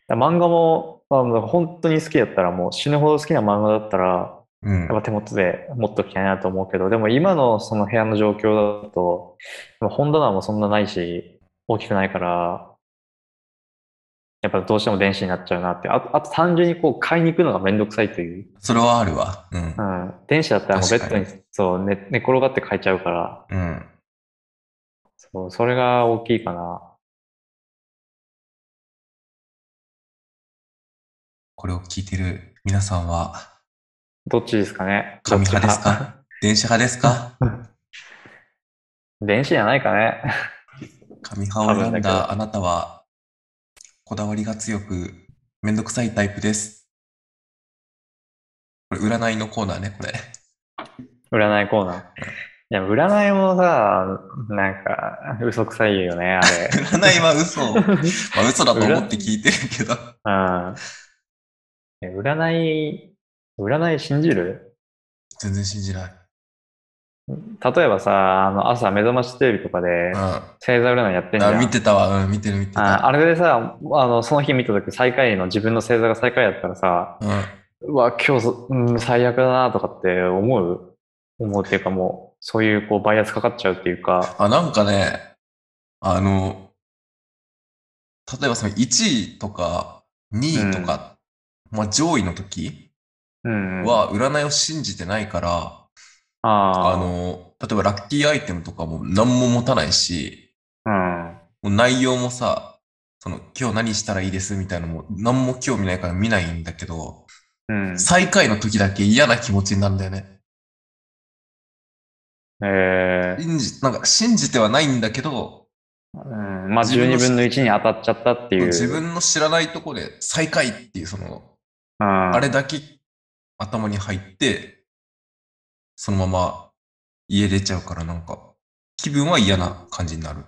S2: な。
S1: 漫画も、まあ、本当に好きだったら、もう死ぬほど好きな漫画だったら、
S2: うん
S1: やっ。ぱ手元で持っときたいなと思うけど、でも今のその部屋の状況だと、でも本棚もそんなないし、大きくないから、やっぱどうしても電子になっちゃうなって。あと、あと単純にこう買いに行くのがめんどくさいという。
S2: それはあるわ。うん
S1: う。ん。電子だったらもうベ
S2: 確
S1: ッ
S2: か
S1: ド
S2: に
S1: にそう、ね、寝転がって買えちゃうから、
S2: うん。
S1: そう、それが大きいかな。
S2: これを聞いてる皆さんは、
S1: どっちですかね
S2: 紙
S1: ど
S2: 派で
S1: っ
S2: す
S1: ち
S2: か電車派ですか
S1: 電子じゃないかね。
S2: 紙派を選ん
S1: 多分だけど
S2: だあなたは、こだわりが強く、めんどくさいタイプです。これ、占いのコーナーね、これ。
S1: 占いコーナー。いや、占いもさ、なんか、嘘くさいよね、あれ。
S2: 占いは嘘。まあ、嘘だと思って聞いてるけど。
S1: うん。え占い、占い信じる
S2: 全然信じない。
S1: 例えばさ、あの朝目覚ましテレビとかで
S2: うん。あ、
S1: 星座占いやってんじゃん。
S2: 見てたわ。うん、見てる見て
S1: あ
S2: た。
S1: あれでさ、あの、その日見た時最下位の自分の星座が最下位だったらさ、
S2: うん。
S1: うわ、今日そ、うん、最悪だなとかって思う思うっていうかもう、そういうこうバイアスかかっちゃうっていうか、
S2: あ、なんかね、あの、例えばその1位とか2位とか、まあ上位の時
S1: うんうん。
S2: は占いを信じてないから、
S1: あ
S2: あの、例えばラッキーアイテムとかも何も持たないし、
S1: あ、
S2: もう内容もさ、その今日何したらいいですみたいなのも何も興味ないから見ないんだけど、
S1: うん。うん。
S2: 最下位の時だけ嫌な気持ちになるんだよね。
S1: えー
S2: 信じ、なんか信じてはないんだけど、
S1: うん、まあ
S2: 自分の
S1: 12分の1に当たっちゃったっていう。
S2: 自分の知らないとこで最下位っていうその
S1: うん、
S2: あれだけ頭に入って、そのまま家出ちゃうからなんか、気分は嫌な感じになる。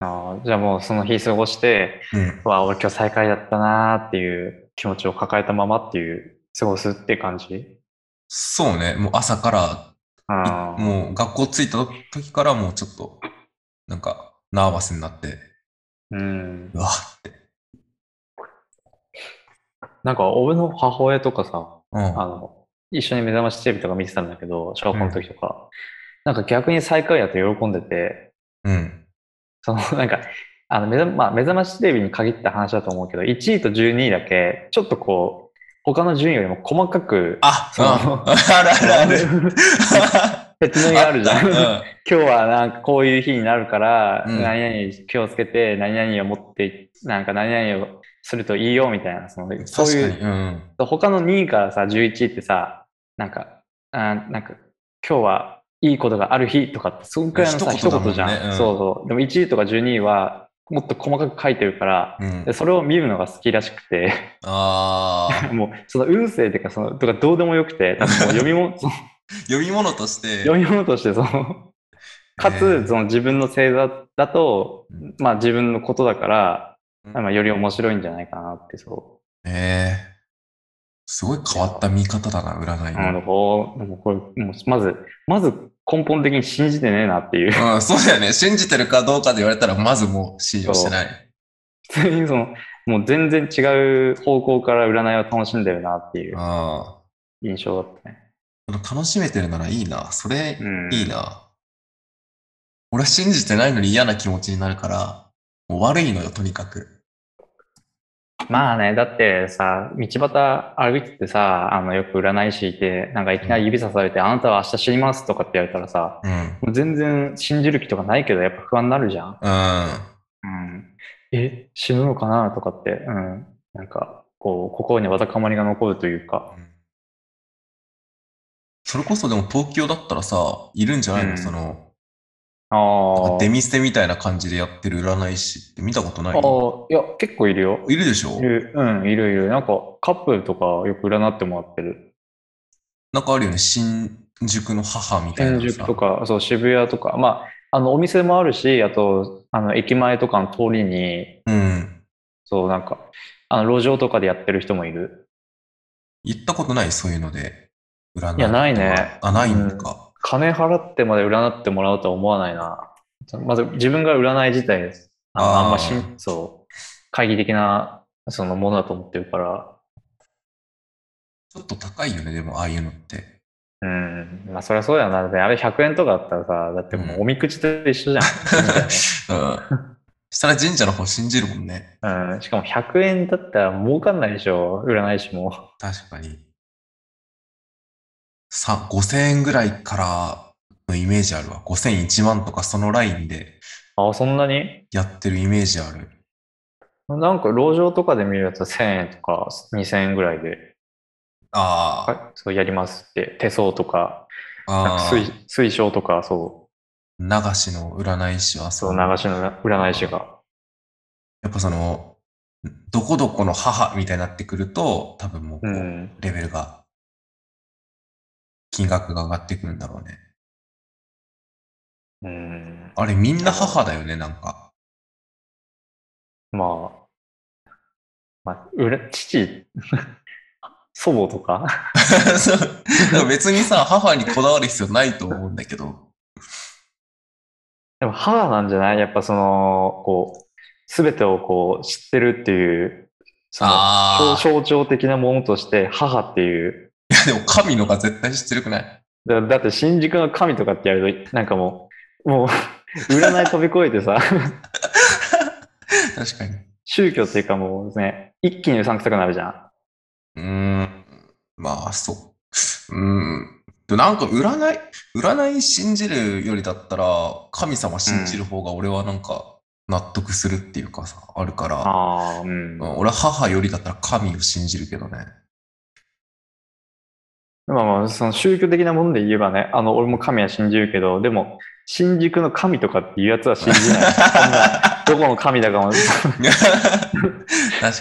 S1: あーじゃあもうその日過ごして、
S2: うん。
S1: うわ、俺今日最下位だったなーっていう気持ちを抱えたままっていう、過ごすって感じ。
S2: そうね。もう朝から、い
S1: あー
S2: もう学校着いた時からもうちょっと、なんか、ナーバスになって、
S1: うん
S2: う。わって。
S1: なんか俺の母親とかさ、
S2: うん。
S1: あの、一緒に目覚ましテレビとか見てたんだけど、小学校の時とか、なんか逆に最下位だと喜んでて、
S2: うん。
S1: その なんか、あの目覚まあ、目覚ましテレビに限った話だと思うけど、1位と12位だけ、ちょっとこう、他の順位よりも細かく、
S2: あ、う
S1: そ
S2: ん。
S1: う
S2: ある あるある。
S1: 別のがあるじゃん。
S2: う
S1: 今日はなんかこういう日になるから、
S2: うん
S1: 何々気をつけて、何々を持って、なんか何々をするといいよみたいな、その
S2: ん。
S1: そうい
S2: 確かに。
S1: う、
S2: うん。
S1: 他の2位からさ、11位ってさ、なんか、あーなんか今日はいいことがある日とかって、そんくらいのさ、
S2: 一
S1: 一
S2: 言
S1: 言
S2: だもんね
S1: じゃん。
S2: うん
S1: そうそう。でも1位とか12位は、もっと細かく書いてるから、
S2: うん
S1: で。それを見るのが好きらしくて、
S2: ああ。
S1: もう、その運勢っていうか、その、とかどうでもよくて、多分もう読み物、その
S2: 読み物として、
S1: 読み物としてそ の、か
S2: え
S1: つ
S2: ー
S1: その自分の星座だと、まあ自分のことだから、
S2: うん
S1: まあ、より面白いんじゃないかなってそ。
S2: ええすごい変わった見方だな、占いうの
S1: なのこう、もうこれ、もうまず、まず根本的に信じてねえなっていう。
S2: うん、そうだよね。信じてるかどうかで言われたら、まずもう信用してない。
S1: 普通にその、もう全然違う方向から占いを楽しんでるなっていう
S2: あ
S1: 印象だったね。
S2: あ。楽しめてるならいいな。それ
S1: う、ん。
S2: いいな。俺は信じてないのに嫌な気持ちになるから、もう悪いのよ、とにかく。
S1: まあね、だってさ、道端歩いててさ、あの、よく占い師いて、なんかいきなり指さされて、あなたは明日死にますとかって言われたらさ、
S2: うん。うん。
S1: もう全然信じる気とかないけど、やっぱ不安になるじゃん。うん。え、死ぬのかなとかって、うん。なんか、こう、心にわだかまりが残るというか。
S2: それこそでも東京だったらさ、いるんじゃないの、
S1: うん
S2: その、
S1: ああ。
S2: 出店みたいな感じでやってる占い師って見たことな
S1: あ
S2: い
S1: あ、いや、結構いるよ。
S2: いるでしょ
S1: いる、うん、いるいる。なんか、カップルとかよく占ってもらってる。
S2: なんかあるよね、新宿の母みたいな
S1: 天
S2: さ。
S1: 竺とか、そう、渋谷とか。まあ、あの、お店もあるし、あと、あの、駅前とかの通りに、
S2: うん。
S1: そう、なんか、あの、路上とかでやってる人もいる。
S2: 行ったことない、そういうので。占い
S1: いやないね
S2: あ、ないのか。
S1: 金払ってまで占ってもらうとは思わないな。まず自分が占い自体です。あの
S2: あー
S1: あんましん、そう、懐疑的なそのものだと思ってるから。
S2: ちょっと高いよね、でも、ああいうのって。
S1: うん。まあ、そりゃそうだよな。だってあれ100円とかだったらさ、だってもうおみくじと一緒じゃん。
S2: うん。したら神社の方信じるもんね。
S1: うん、しかも100円だったら儲かんないでしょ、占い師も。
S2: 確かに。さ、5000円ぐらいからのイメージあるわ。5000、1万とかそのラインで
S1: あ、そんなに
S2: やってるイメージある。
S1: なんか路上とかで見るやつは1000円とか2000円ぐらいで、
S2: あー
S1: はい、そうやりますって、手相とか、なんか
S2: あー、
S1: 水水晶とか、そう、
S2: 流しの占い師は
S1: そう
S2: そ
S1: 流
S2: の
S1: しの占い師が。
S2: やっぱその、どこどこの母みたいになってくると、多分もうこ
S1: う
S2: う、
S1: ん。
S2: レベルが、金額が上がってくるんだろうね。
S1: うん。
S2: あれみんな母だよね、なんか。
S1: まあ、まあ、うら父、 祖母とか、
S2: そう 別にさ、母にこだわる必要ないと思うんだけど。
S1: でも母なんじゃないやっぱその、こう、すべてをこう知ってるっていう、その、
S2: ああ、
S1: 象徴的なものとして母っていう。
S2: でも神のが絶対知ってるくない
S1: だだって新宿の神とかってやると、なんかもう、もう、 占い飛び越えてさ、
S2: 確かに。
S1: 宗教っていうかもうね、一気にうさんくさくなるじゃん。
S2: うーん、まあ、そう。うーん。でもなんか占い、占い信じるよりだったら、神様信じる方が俺はなんか納得するっていうかさ、あるから、
S1: ああ、うん。
S2: う
S1: ま
S2: ん俺は母よりだったら神を信じるけど ね。
S1: あまあ、その宗教的なもので言えばね、あの、俺も神は信じるけど、でも、新宿の神とかっていうやつは信じ ない。そんな、どこの神だかも
S2: 確
S1: 知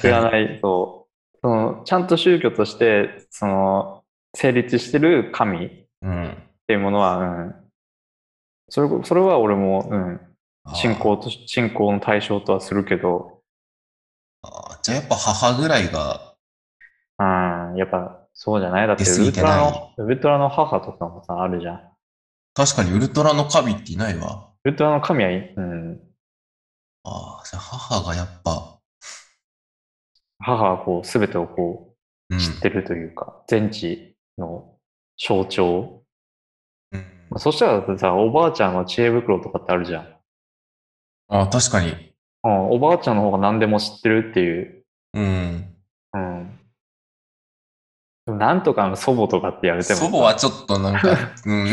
S1: ら
S2: かに。
S1: ない。そう。その、ちゃんと宗教として、その、成立してる神
S2: うん。
S1: っていうものは、うん、それこそれは俺も、うん、
S2: あー
S1: 信仰とし信仰の対象とはするけど、
S2: あーじゃあやっぱ母ぐらいが、
S1: うん、やっぱそうじゃないだって
S2: 出
S1: ウ
S2: 過ぎ
S1: ル
S2: て
S1: ト
S2: ない
S1: ラのウルトラの母とかもさあるじゃん。
S2: 確かにウルトラの神っていないわ。
S1: ウルトラの神は、うん、
S2: ああ、じゃあ母がやっぱ、
S1: 母はこう全てをこ
S2: う
S1: うん知ってるというか、全知の象徴。
S2: うん。
S1: まあそしたらだってさ、おばあちゃんの知恵袋とかってあるじゃん。
S2: ああ、確かに。
S1: うん、おばあちゃんの方が何でも知ってるっていう。
S2: うん。
S1: うん。でもなんとかの祖母とかってやれてもさ。
S2: 祖母はちょっとなん か、うん。
S1: うん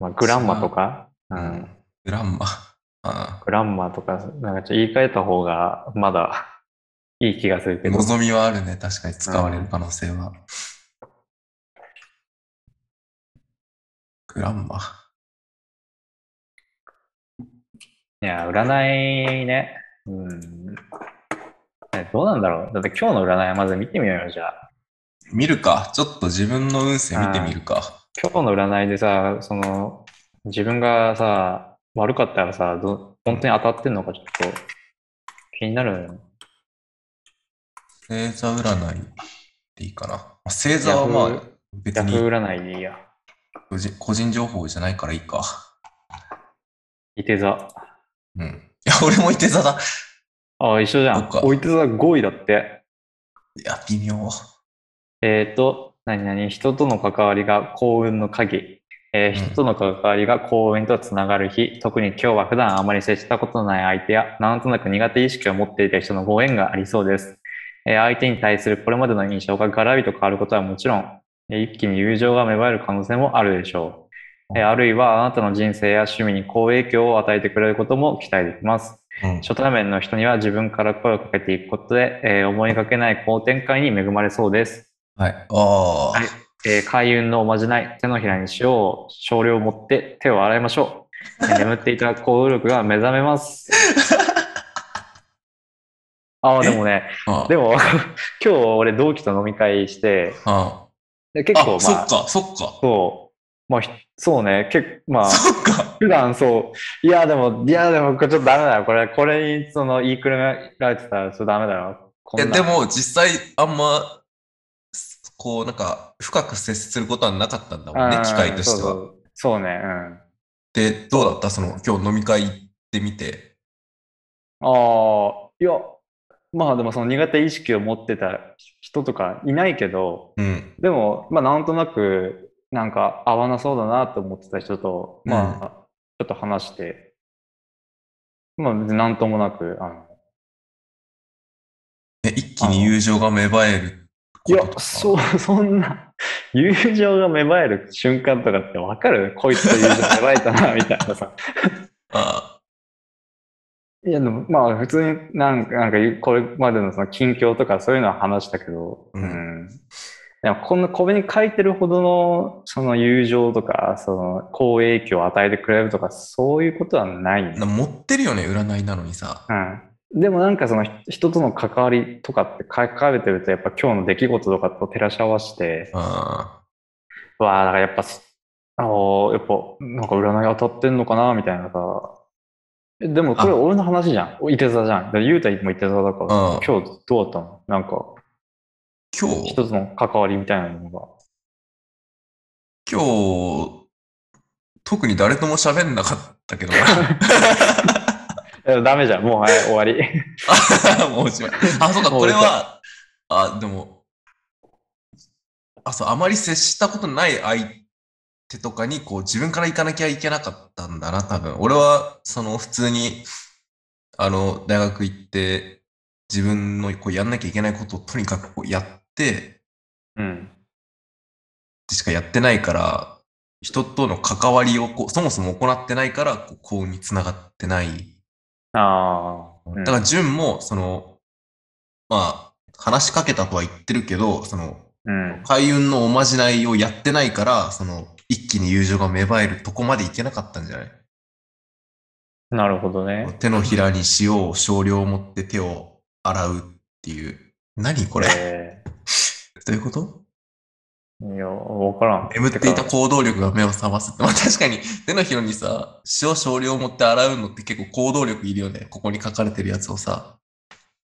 S1: まあ、グランマとか、う、
S2: うんんグランマ。あ
S1: グランマとか、なんかちょっと言い換えた方がまだ いい気がする
S2: あ
S1: けど。
S2: 望みはあるね。確かに使われる可能性は。グランマ。
S1: いや、占いね。うん。ねどうなんだろう。だって今日の占いまず見てみようよ、じゃあ。
S2: 見るか。ちょっと自分の運勢見てみるか。
S1: 今日の占いでさ、その、自分がさ、悪かったらさ、ど本当に当たってんのかちょっと気になるよね。
S2: 星座占いでいいかな。まあ星座は
S1: ヤ
S2: まあ
S1: フ
S2: 別
S1: ヤフー
S2: に
S1: 占いでいいや。
S2: 個人個人情報じゃないからいいか。
S1: いて座。
S2: うん。いや、俺もいて座だ。
S1: あ、一緒じゃ
S2: そ
S1: ん
S2: っか。
S1: おいて座5位だって。
S2: いや、微妙。
S1: えっ、と、何々、人との関わりが幸運の鍵。えー
S2: うん
S1: 人との関わりが幸運とつながる日、特に今日は普段あまり接したことのない相手や、なんとなく苦手意識を持っていた人のご縁がありそうです。えー相手に対するこれまでの印象がガラリと変わることはもちろん、えー一気に友情が芽生える可能性もあるでしょう。えーあるいは、あなたの人生や趣味に好影響を与えてくれることも期待できます。
S2: うん。
S1: 初対面の人には自分から声をかけていくことで、えー思いがけない好展開に恵まれそうです。
S2: はい。ああ
S1: はい。えー開運のおまじない、手のひらに塩を少量持って手を洗いましょう。え ー眠っていた行動力が目覚めます。ああ、でもね、
S2: ああ
S1: でも、今日俺同期と飲み会して、
S2: あ
S1: で結
S2: あ
S1: 構
S2: あ、そ
S1: まあ
S2: っ、か、そっか。
S1: そう、まあ、ひそうね、結構まあ、
S2: そっか。
S1: 普段そう、いやでも、いやでも、これちょっとダメだよ。これ、これにその言いくるめられてたら、それダメだよ。こ
S2: いや、
S1: んな
S2: で、も実際あんま、すこうなんか深く接することはなかったんだもんね
S1: う、ん
S2: 機会として
S1: そうそ
S2: は。
S1: うそうね、うん。
S2: で、どうだったその今日飲み会行ってみて。
S1: ああ、いや、まあでもその苦手意識を持ってた人とかいないけど、
S2: うん。
S1: でも、まあ、なんとなく、なんか合わなそうだなと思ってた人と、まあ、ちょっと話して、まあ、別になんともなく、あの、
S2: ね一気に友情が芽生える
S1: い
S2: ことと
S1: や、
S2: か。
S1: そう、そんな、友情が芽生える瞬間とかってわかるこいつと友情芽生えたな、みたいなさ。
S2: あ
S1: いや、でも、まあ、普通になんか、なんか、これまでのその近況とかそういうのは話したけど、
S2: う
S1: うんん。でも、こんな小紅に書いてるほどの、その友情とか、その、好影響を与えてくれるとか、そういうことはないね
S2: な持ってるよね、占いなのにさ。
S1: うん。でもなんかそのひ人との関わりとかって書かれてるとやっぱ今日の出来事とかと照らし合わせて、
S2: あ
S1: わあ、だからやっぱそ、あのーやっぱなんか占い当たってんのかなみたいなさ。えでもこれ
S2: あ
S1: 俺の話じゃん。いて座じゃん。でゆうたもいて座だか
S2: ああ
S1: ら、今日どうだったのなんか
S2: 今日、
S1: 人との関わりみたいなのが。
S2: 今日、特に誰とも喋んなかったけどな。
S1: えダメじゃん。もうはい終わり。
S2: あもうおしまい。あ、そうか、
S1: もう
S2: これは、あ、でも、あ、そう、あまり接したことない相手とかに、こう、自分から行かなきゃいけなかったんだな、多分。俺は、その、普通に、あの、大学行って、自分の、こう、やんなきゃいけないことをとにかくこうやって、
S1: うん。
S2: しかやってないから、人との関わりをこう、そもそも行ってないから、こう、幸運につながってない
S1: ああ。
S2: だから、純も、その、まあ、話しかけたとは言ってるけど、その、
S1: うん。うん。
S2: 開運のおまじないをやってないから、その、一気に友情が芽生えるとこまでいけなかったんじゃない
S1: なるほどね。
S2: 手のひらに塩を少量持って手を洗うっていう。何これ
S1: え
S2: どういうこと
S1: ー、いや、わからん。
S2: 眠っていた
S1: か
S2: 行動力が目を覚ますって。まあ確かに、手のひらにさ、塩少量持って洗うのって結構行動力いるよね。ここに書かれてるやつをさ、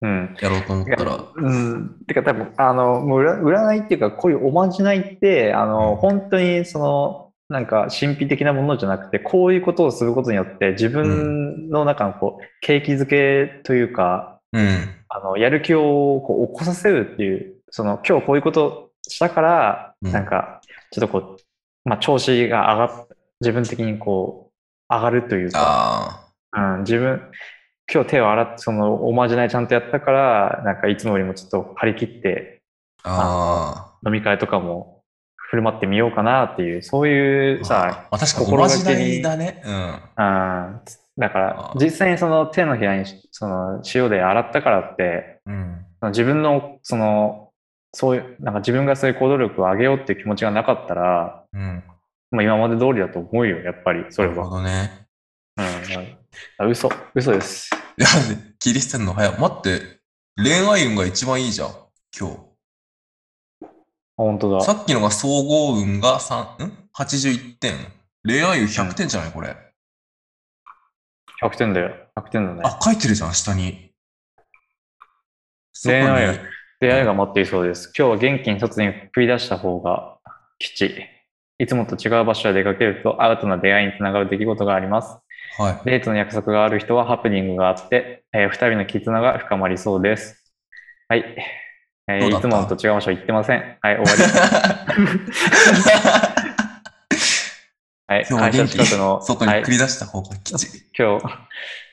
S1: うん。
S2: やろうと思ったら。
S1: うん、てか多分あのもう占占いっていうかこういうおまじないってあ
S2: うん
S1: の本当にそのなんか神秘的なものじゃなくてこういうことをすることによって自分の中のこう景気づけというか
S2: うん。
S1: あのやる気をこう起こさせるっていうその今日こういうことしたから
S2: うん
S1: なんかちょっとこう、まあ、調子が上がっ自分的にこう上がるというか。
S2: あ
S1: うん、自分、今日手を洗って、そのおまじないちゃんとやったから、なんかいつもよりもちょっと張り切って、
S2: あ。ああ。
S1: 飲み会とかも振る舞ってみようかなっていう、そういうさ、
S2: あ、確かにお
S1: 心が
S2: ま
S1: け
S2: じ
S1: に
S2: ないだね。うん。
S1: うん、だから
S2: あー
S1: 実際にその手のひらにその塩で洗ったからって、
S2: うん。
S1: その自分のその、そういう、なんか自分がそういう行動力を上げようっていう気持ちがなかったら、
S2: うん。
S1: まあ今まで通りだと思うよ、やっぱり、そ
S2: な
S1: れ
S2: るほ
S1: は。
S2: どね。
S1: うんうんあ、嘘、嘘です。
S2: いや、切り捨てんの早い。待って、恋愛運が一番いいじゃん、今
S1: あ本当だ。
S2: 日。さっきのが総合運が3、ん ?81 点。恋愛運100点じゃないこれ。
S1: 100点だよ。100点だね。
S2: あ、書いてるじゃん、下に。そこに
S1: 恋愛運出会いが待っていそうです。今日は元気に外に繰り出した方が吉。いつもと違う場所へ出かけると新たな出会いにつながる出来事があります。
S2: はい。
S1: デートの約束がある人はハプニングがあって、えー二人の絆が深まりそうです。はい。えー
S2: どうだ
S1: い
S2: った
S1: つものと違う場所行ってません。はい、終わり。はい、
S2: 今日は
S1: 会
S2: 元
S1: 社
S2: 気
S1: 近くの、
S2: に外に
S1: はい
S2: 繰、り出した方が吉。
S1: 今日、今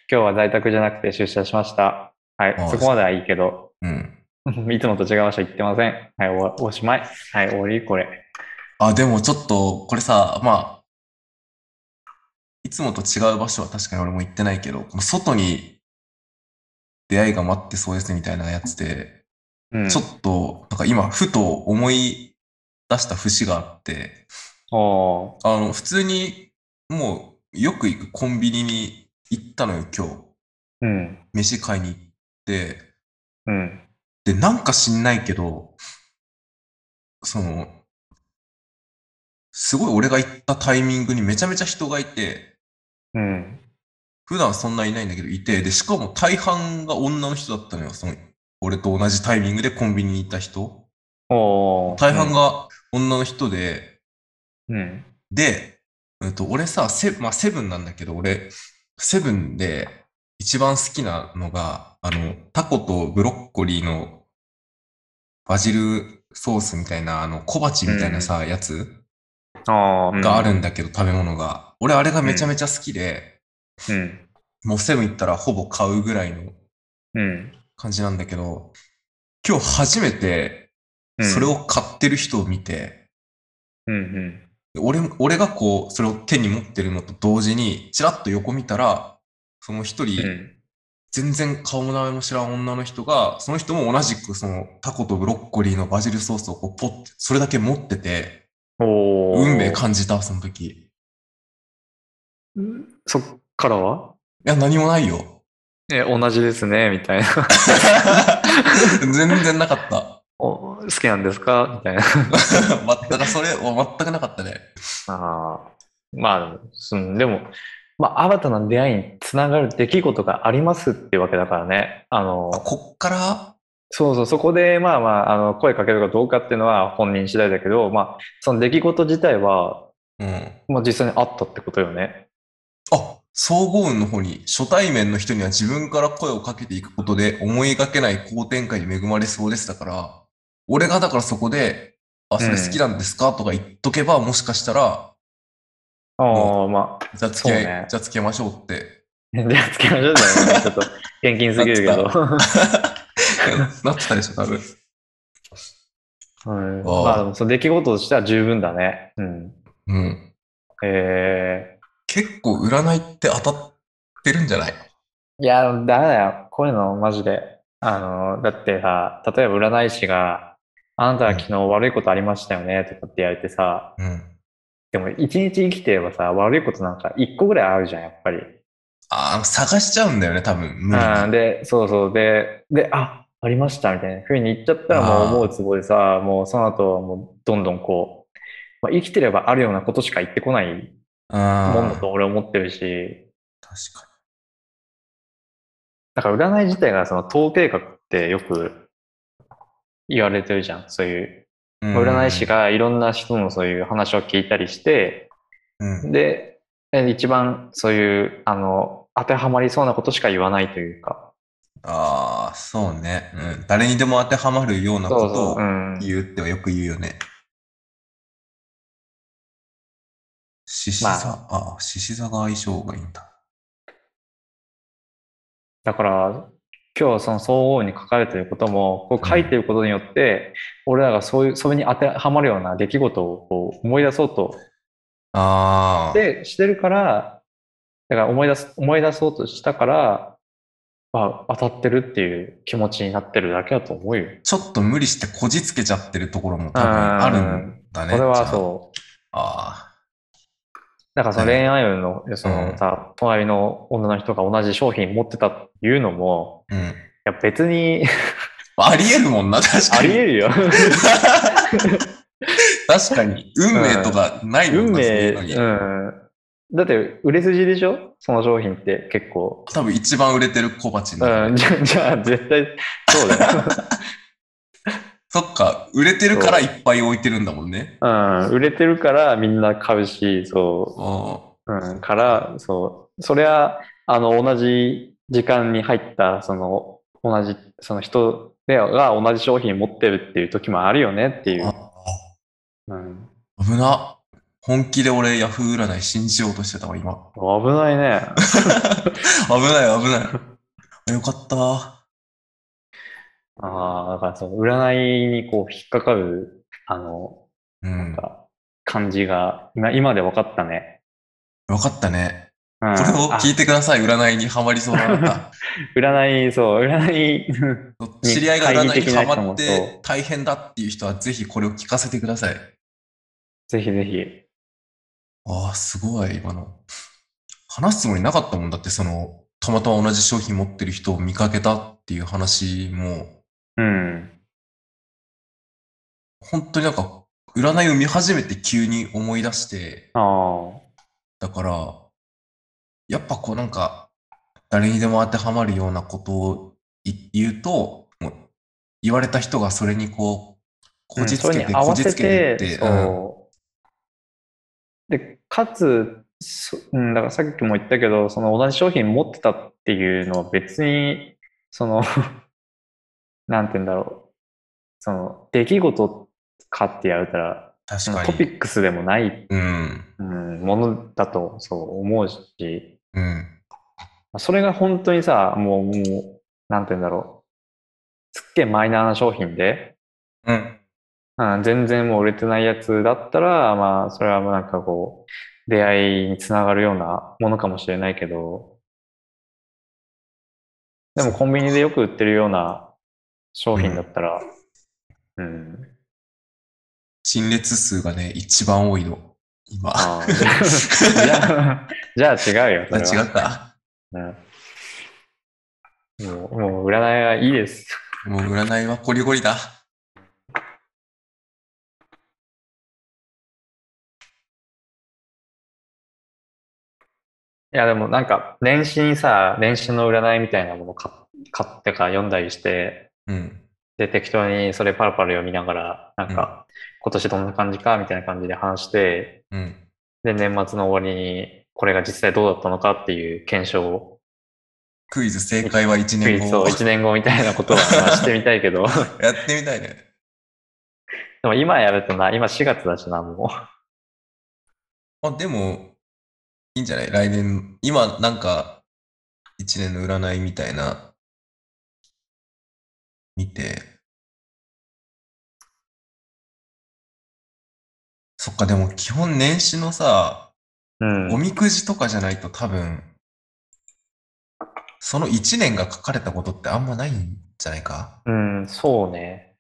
S1: 日は在宅じゃなくて出社しました。はい
S2: ああ、
S1: そこまではいいけど、
S2: うん。
S1: いつもと違う場所行ってません。はい、おわおしまい。はい、終わり、これ。
S2: あ、でもちょっと、これさ、まあ、いつもと違う場所は確かに俺も行ってないけど、この外に出会いが待ってそうですみたいなやつで、
S1: うん、
S2: ちょっと、なんか今、ふと思い出した節があって、
S1: お
S2: あの、普通に、もう、よく行くコンビニに行ったのよ、今日。
S1: ーうん、
S2: 飯買いに行って、
S1: うん。
S2: で、なんか知んないけど、その、すごい俺が行ったタイミングにめちゃめちゃ人がいて、
S1: うん。
S2: 普段そんないないんだけどいて、で、しかも大半が女の人だったのよ、その、俺と同じタイミングでコンビニにいた人。
S1: おー
S2: 大半。が女の人で、
S1: うん。
S2: で、うんと、俺さ、セ、まあ、セブンなんだけど、俺、セブンで一番好きなのが、あの、タコとブロッコリーのバジルソースみたいな、あの、小鉢みたいなさ、やつ
S1: ああ、うん
S2: があるんだけど、食べ物が。俺、あれがめちゃめちゃ好きで、
S1: うん。
S2: もうセブン行ったらほぼ買うぐらいの
S1: うん。
S2: 感じなんだけど、今日初めて、
S1: うん
S2: それを買ってる人を見て、
S1: うんうん。
S2: 俺も、俺がこう、それを手に持ってるのと同時に、ちらっと横見たら、その一
S1: う
S2: 人、
S1: ん。
S2: 全然顔も名前も知らん女の人が、その人も同じくそのタコとブロッコリーのバジルソースをこうポッて、それだけ持ってて、
S1: おお。
S2: 運命感じた、その時。い
S1: そっからは
S2: や、何もないよ。
S1: え、同じですね、みたいな。
S2: 全然なかった。
S1: お好きなんですかみたいな。
S2: 全くそれ、全くなかったね。
S1: あーまあ、そのでも、まあ、新たな出会いにつながる出来事がありますっていうわけだからね。あの
S2: あ、こっから、
S1: そうそう、そこで、まあまあ、あの声かけるかどうかっていうのは本人次第だけど、まあ、その出来事自体は、
S2: うん。
S1: まあ、実際にあったってことよね。
S2: あ、総合運の方に、初対面の人には自分から声をかけていくことで思いがけない好展開に恵まれそうですだから、俺がだからそこで、あ、それ好きなんですかとか言っとけば、もしかしたら、
S1: ああ、まあ、
S2: じゃあ付き合い、
S1: そうね
S2: じゃあ付き合いましょうって、
S1: じゃあつけましょうね。ちょっと、現金すぎるけど。
S2: なってたでしょ、多分。
S1: うん、
S2: ああ
S1: まあ、でもその出来事としては十分だね。うん。
S2: うん。
S1: え
S2: 結構占いって当たってるんじゃな
S1: ー、
S2: い
S1: いや、ダメだよ。こういうの、マジで。あの、だってさ、例えば占い師が、あなたは昨日悪いことありましたよね、とかって言われてさ、
S2: うん。
S1: でも一日生きてればさ、悪いことなんか一個ぐらいあるじゃん、やっぱり。
S2: ああ、探しちゃうんだよね、多分。無理
S1: うん、
S2: に。
S1: で、そうそう、で、で、あ、ありました、みたいな風に言っちゃったらもう
S2: あー
S1: 思うツボでさ、もうその後はもうどんどんこう、まあ、生きてればあるようなことしか言ってこないもん
S2: あ
S1: だ
S2: あ、確
S1: と俺思ってるし、
S2: か
S1: だから占い自体がその統計学ってよく言われてるじゃん。そういう、
S2: に。うん
S1: 占い師。がいろんな人のそういう話を聞いたりして、
S2: うん。
S1: で、え一番そういう、あの、当てはまりそうなことしか言わないというか。
S2: ああ、そうね。うん。誰にでも当てはまるようなこ
S1: そう
S2: と
S1: そ
S2: を
S1: う。うん。
S2: 言うってよく言うよね。獅子座、あ、獅子座が相性がいいんだ。
S1: だから、今日はその総合に書かれてることも、こう書いてることによって、俺らがそういう、それに当てはまるような出来事をこう思い出そうと
S2: ああ、
S1: でしてるから、だから思い出す、思い出そうとしたから、まあ、当たってるっていう気持ちになってるだけだと思うよ。
S2: ちょっと無理してこじつけちゃってるところも多分あるんだね。
S1: これ
S2: じゃ
S1: は
S2: あ
S1: そう。
S2: あ
S1: だからその恋愛運の、そ
S2: うん
S1: のさ、隣の女の人が同じ商品持ってたっていうのも、
S2: あ、うん。
S1: いや別に
S2: ありえるもんな、確
S1: あ
S2: か
S1: り
S2: に。
S1: えるよ。
S2: 確かに。運命とかないもん
S1: 運
S2: な、そう
S1: 命、
S2: いうのに。
S1: うん。だって売れ筋でしょその商品って結構。
S2: 多分一番売れてる小鉢になる
S1: うん、じゃじゃあ絶対そうだよ。
S2: そっか、売れてるからいっぱい置いてるんだもんね。
S1: うん、売れてるからみんな買うし、そう、
S2: あ
S1: うん、から、そう、そりゃ、あの、同じ時間に入った、その、同じ、その人が同じ商品持ってるっていう時もあるよねってい
S2: ー
S1: う。
S2: あ
S1: うん、
S2: ー、危な。本気で俺、ヤフー占い信じようとしてたわ、今。
S1: 危ないね。
S2: 危ない危ない。 よかった。
S1: ああ、だからその、占いにこう、引っかかる、あの、
S2: うん。
S1: なんか感じが、今今で分かったね。
S2: よかったね。
S1: うん、
S2: これを聞いてください。占いにハマりそうな 方。
S1: あ占い、そう、占い、
S2: 知り合いが占いにハ
S1: 懐疑的な
S2: マっ
S1: 人もそ
S2: て大変だっていう人はぜひこれを聞かせてください。
S1: ぜひぜひ。
S2: ああ、すごい、今の。話すつもりなかったもんだって、その、たまたま同じ商品持ってる人を見かけたっていう話も、
S1: うん。
S2: 本当になんか、占いを見始めて急に思い出して、
S1: ああ。
S2: だから、やっぱこうなんか、誰にでも当てはまるようなことをい言うと、もう言われた人がそれにこう、こじつけ
S1: うんそれ
S2: て、
S1: に合
S2: こ
S1: わ
S2: じ
S1: せ
S2: つけて
S1: て
S2: って、うん
S1: そうでかつそうんだからさっきも言ったけどその同じ商品持ってた っていうのは別にそのなんて言うんだろその、出来事かってやれたら、
S2: 確か
S1: トピ
S2: に。
S1: ックスでもない、
S2: うん。
S1: うん、ものだとそう思うし、
S2: うん。
S1: まあそれが本当にさ、もう、もう、なんて言うんだろう。すっげえマイナーな商品で、
S2: うん。
S1: うん、全然もう売れてないやつだったら、まあ、それはまあなんかこう、出会いにつながるようなものかもしれないけど、でもコンビニでよく売ってるような商品だったら、うん、
S2: 陳列数がね、一番多いの。今。あ、
S1: あーじゃあ、じ ゃあ違うよ、それは。
S2: 違った。
S1: うん、もう、もう占いはいいです。
S2: もう占いはゴリゴリだ。
S1: いや、でもなんか、年始にさ、年始の占いみたいなもの買買ってか読んだりして、
S2: うん。
S1: で、適当にそれパラパラ読みながら、なんか、今年どんな感じかみたいな感じで話して、
S2: うん。
S1: で、年末の終わりに、これが実際どうだったのかっていう検証、
S2: クイズ正解は1
S1: クイ
S2: 年
S1: ズを
S2: 後。
S1: 1年後みたいなことをまあしてみたいけ ど、
S2: やってみたいね。
S1: でも今やるとな、今4月だしな、もう。
S2: あ、でも、いいんじゃない来年、今なんか、一年の占いみたいな、見て。そっか、でも基本年始のさ、
S1: うん。
S2: おみくじとかじゃないと多分、その一年が書かれたことってあんまないんじゃないか
S1: うん、そうね。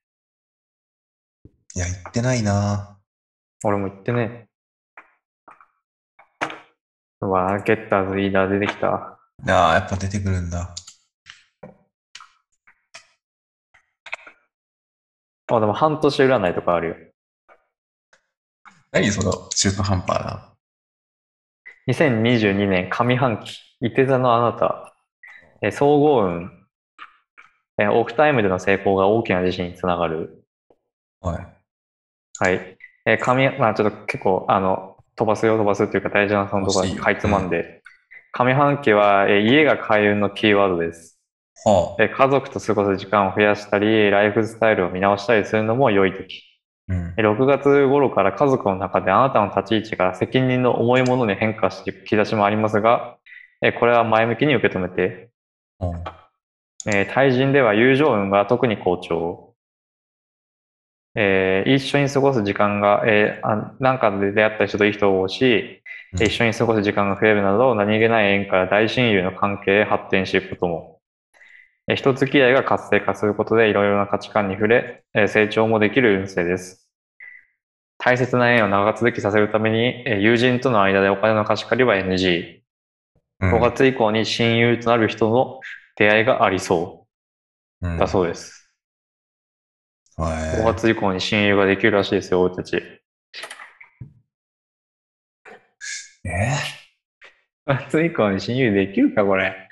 S2: いや、言ってないな
S1: 俺も言ってね。うわゲッターズリーダー出てきた。
S2: ああ、やっぱ出てくるんだ。
S1: あ、でも半年占いとかあるよ。
S2: 何その中途半端な。
S1: 2022年上半期、いて座のあなた、えー総合運、えーオフタイムでの成功が大きな自信につながる。
S2: はい。
S1: はい。えー上、まあちょっと結構、あの、飛ばすよ、飛ばすっていうか大事なそのとこ
S2: 飛ばしていい
S1: ろ
S2: よ
S1: かいつまんで。上半期は、えー家が開運のキーワードです。
S2: はあ。
S1: えー家族と過ごす時間を増やしたり、ライフスタイルを見直したりするのも良い時。
S2: うん。
S1: 6月頃から家族の中であなたの立ち位置から責任の重いものに変化していく兆しもありますが、えーこれは前向きに受け止めて、
S2: うん
S1: えー対人では友情運が特に好調。えー一緒に過ごす時間が、えーあなんかで出会った人といい人を多いし、えー
S2: うん
S1: 一緒に過ごす時間が増えるなど、何気ない縁から大親友の関係へ発展していくことも。えー人付き合いが活性化することでいろいろな価値観に触れ、えー成長もできる運勢です。大切な縁を長続きさせるために、えー友人との間でお金の貸し借りは NG。
S2: うん
S1: 5月以降に親友となる人の出会いがありそう。
S2: うん
S1: だそうです。
S2: はい
S1: 5月以降に親友ができるらしいですよ、俺たち。
S2: え
S1: 5月以降に親友できるか、これ。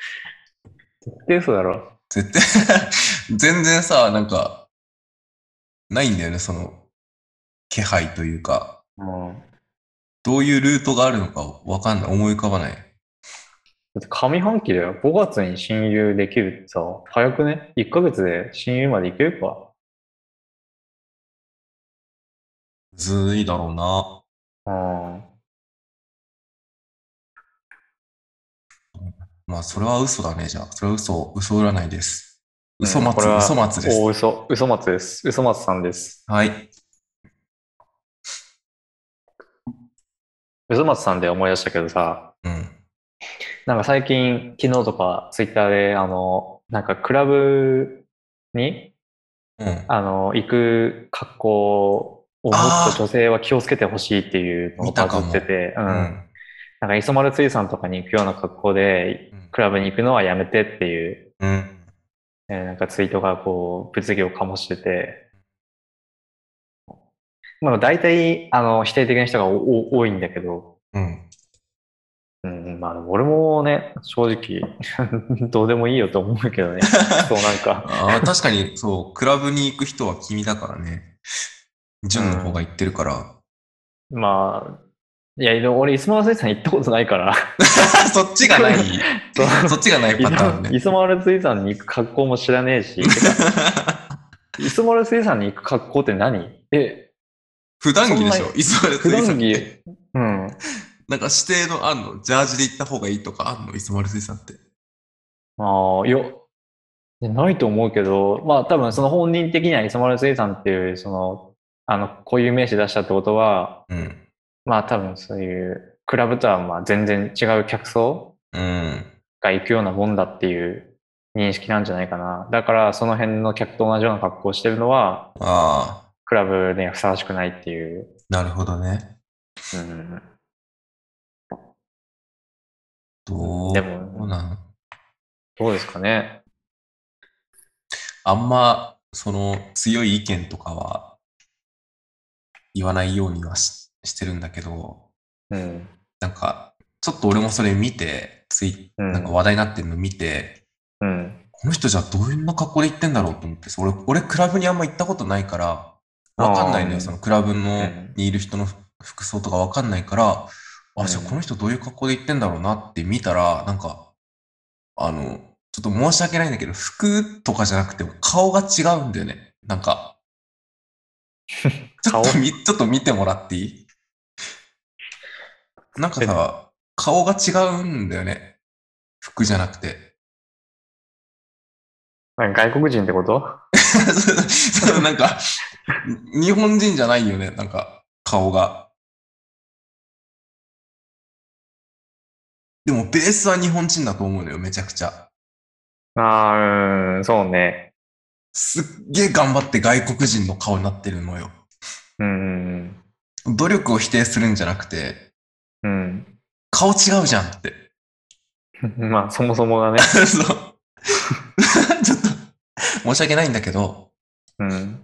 S1: 絶対嘘だろ。
S2: 絶対 全然さ、なんか、ないんだよね、その、気配というか、
S1: うん。
S2: どういうルートがあるのかわかんない、思い浮かばない。
S1: だって上半期だよ。5月に親友できるってさ、早くね ?1 ヶ月で親友までいけるか。
S2: ずるいだろうな。
S1: うん。
S2: まあ、それは嘘だね、じゃあ。それは嘘、嘘占いです。嘘
S1: うんこ
S2: 松、
S1: れは
S2: 嘘松です。
S1: 大嘘、嘘松です。嘘松さんです。
S2: はい。
S1: 嘘松さんで思い出したけどさ、
S2: うん。
S1: なんか最近、昨日とかツイッターで、あの、なんかクラブに
S2: うん。
S1: あの、行く格好をもっと女性は気をつけてほしいっていうのを
S2: 見た
S1: バ
S2: か
S1: ズ
S2: も
S1: ってて、う。
S2: うん
S1: なんか、磯丸水産とかに行くような格好で、
S2: ん。
S1: クラブに行くのはやめてっていう、
S2: うん。
S1: えーなんかツイートがこう、物議を醸してて、まあ大体、あの、否定的な人がおお多いんだけど、
S2: うん。
S1: うん、まあ、俺もね、正直、 どうでもいいよと思うけ どね。そう、なんか、
S2: あー確かに、そう、クラブに行く人は君だからね。純の方が行ってるから。
S1: まあ、いや、でも俺、磯丸水産行ったことないから、
S2: そっちがない。
S1: そう
S2: そっちがないパターンね。
S1: 磯丸水産に行く格好も知らねえし、てかいつもる水産に行く格好って何え、
S2: 普段着でし
S1: そん
S2: ょ
S1: な
S2: 磯丸
S1: 普
S2: 水
S1: 段
S2: 産っ
S1: 着
S2: て。、
S1: うん。
S2: なんか指定のあんのジャージで行った方がいいとかあんの磯丸水産って。
S1: ああ、いや、ねないと思うけど、まあ多分その本人的には磯丸水産っていう、その、あの、こういう名詞出したってことは、
S2: うん。
S1: まあ多分そういう、クラブとはまあ全然違う客層
S2: うん。
S1: が行くようなもんだっていう認識なんじゃないかな。だからその辺の客と同じような格好をしてるのは、
S2: ああ、
S1: クラブにはふさわしくないっていう。
S2: なるほどね。
S1: うん。
S2: どう
S1: でも
S2: なん
S1: どうですかね。
S2: あんま、その、強い意見とかは、言わないようにはししてるんだけど、
S1: うん。
S2: なんか、ちょっと俺もそれ見て、ツイ
S1: うん
S2: なんか話題になってるの見て、
S1: うん。
S2: この人じゃあどんな格好で行ってんだろうと思ってさ、俺、俺クラブにあんま行ったことないから、わかんないの
S1: あー
S2: よ、そのクラブ
S1: う
S2: の
S1: ん
S2: にいる人の服服装とかわかんないから、
S1: うん
S2: あ、じゃあこの人どういう格好で行ってんだろうなって見たら、なんか、あの、ちょっと申し訳ないんだけど、服とかじゃなくても顔が違うんだよね。なんか、 ちょっとみ、ちょっと見てもらっていいなんかさ、顔が違うんだよね。服じゃなくて。
S1: なんか外国人ってこと
S2: そう なんか、日本人じゃないよね、なんか、顔が。でも、ベースは日本人だと思うのよ、めちゃくちゃ。
S1: ああ、うん、そうね。
S2: すっげえ頑張って外国人の顔になってるのよ。
S1: うん。
S2: 努力を否定するんじゃなくて、
S1: うん。
S2: 顔違うじゃんって。
S1: うんまあ、そもそもがね。
S2: そう。 ちょっと、申し訳ないんだけど、
S1: うん。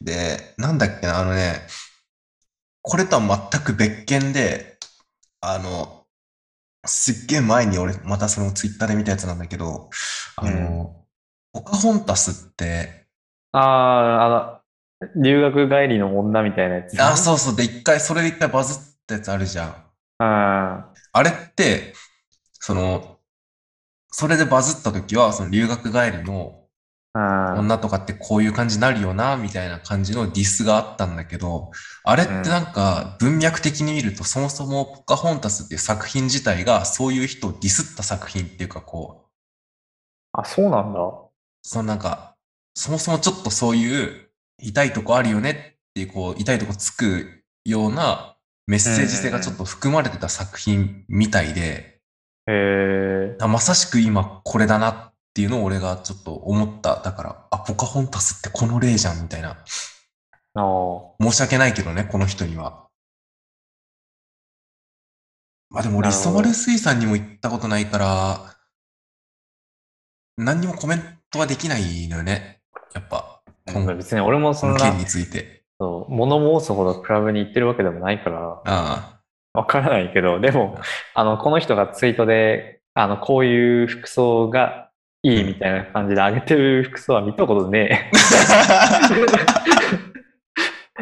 S2: で、なんだっけな、あのね、これとは全く別件で、あの、すっげえ前に俺、またそのツイッターで見たやつなんだけど、あの、ポカホンタスって、
S1: ああ、あの、留学帰りの女みたいなやつ。
S2: あ、そうそう、で、一回、それで一回バズったやつあるじゃん。
S1: あ
S2: あれって、その、それでバズった時は、その留学帰りの
S1: あ、ああ、
S2: 女とかってこういう感じになるよな、みたいな感じのディスがあったんだけど、あれってなんか文脈的に見るとそもそもポカホンタスっていう作品自体がそういう人をディスった作品っていうかこう、
S1: あ、そうなんだ。う
S2: そのなんか、そもそもちょっとそういう痛いとこあるよねっていうこう、痛いとこつくようなメッセージ性がちょっと含まれてた作品みたいで、
S1: え
S2: あまさしく今これだなっていうのを俺がちょっと思った。だから、あ、ポカホンタスってこの例じゃんみたいな。
S1: ああ、
S2: 申し訳ないけどね、この人には。まあでも俺、
S1: なるほど
S2: 磯丸水産にも行ったことないから、何にもコメントはできないのよね。やっぱ、この
S1: 別に俺もそ
S2: こ
S1: ん
S2: の
S1: な
S2: 件、について。
S1: そう物申すほどクラブに行ってるわけでもないから、
S2: あ
S1: わからないけど、でも、あの、この人がツイートで、あの、こういう服装がいいみたいな感じで上げてる服装は見たことね
S2: あ。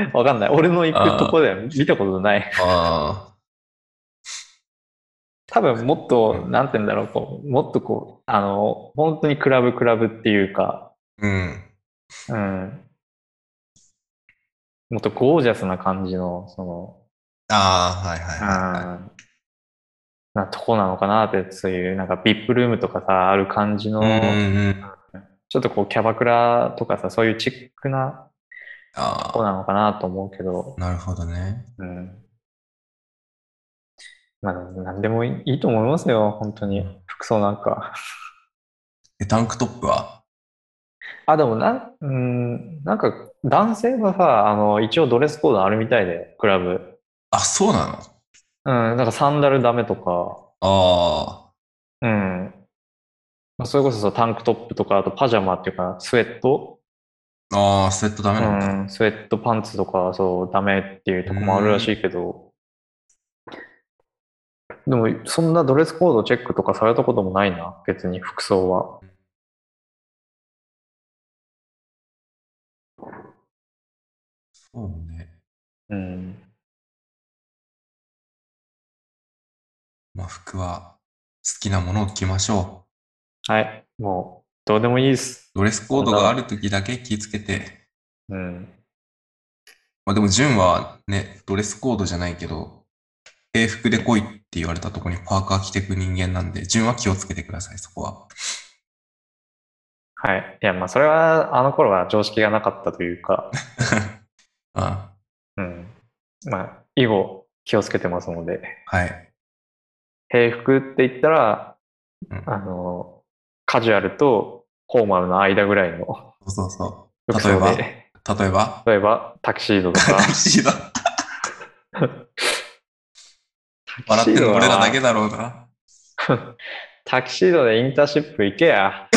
S1: え。わかんない。俺の行くとこでは見たことない。
S2: あ
S1: 多分もっと、
S2: うん
S1: なんて言うんだろう、こう、もっとこう、あの、本当にクラブクラブっていうか、
S2: あ、うん。
S1: うん。もっとゴージャスな感じの、その、
S2: ああ、はいはい
S1: うん
S2: はいはい。
S1: なとこなのかなって、そういう、なんか VIP ルームとかさ、ある感じの、
S2: うんうん。
S1: ちょっとこう、キャバクラとかさ、そういうチックな
S2: あ
S1: とこなのかなと思うけど
S2: あ、、なるほどね。
S1: うん。まあ、なんでもいいいいと思いますよ、本当に。服装なんか。
S2: え、タンクトップは
S1: あ、でもなん、うん、なんか男性はさ、あの、一応ドレスコードあるみたいで、クラブ。
S2: あ、そうなの
S1: うん、なんかサンダルダメとか、
S2: あ
S1: うん。まあそれこそさタンクトップとか、あとパジャマっていうか、スウェット、
S2: あ、ああ、スウェットダメ
S1: う
S2: なんだ。
S1: ん、スウェットパンツとか、そう、ダメっていうとこもあるらしいけど、でも、そんなドレスコードチェックとかされたこともないな、別に服装は。
S2: そうね。
S1: うん。
S2: まあ、服は好きなものを着ましょう。
S1: はい、もう、どうでもいいです。
S2: ドレスコードがある時だけ気ぃつけて。
S1: うん。
S2: まあでも、純はね、ドレスコードじゃないけど、制服で来いって言われたとこにパーカー着てく人間なんで、純は気をつけてください、そこは。
S1: はい。いや、まあ、それは、あの頃は常識がなかったというか、
S2: あ
S1: うん。まあ、以後、気をつけてますので、
S2: はい。
S1: 平服って言ったら、
S2: うん
S1: あの、カジュアルとフォーマルの間ぐらいの
S2: そうそうそ
S1: 服装
S2: 例え
S1: で、
S2: う。例えば、
S1: 例えば、タキシードとか、
S2: タキシード。 笑ってるの俺らだけだろうな。
S1: タキシードでインターンシップ行け や。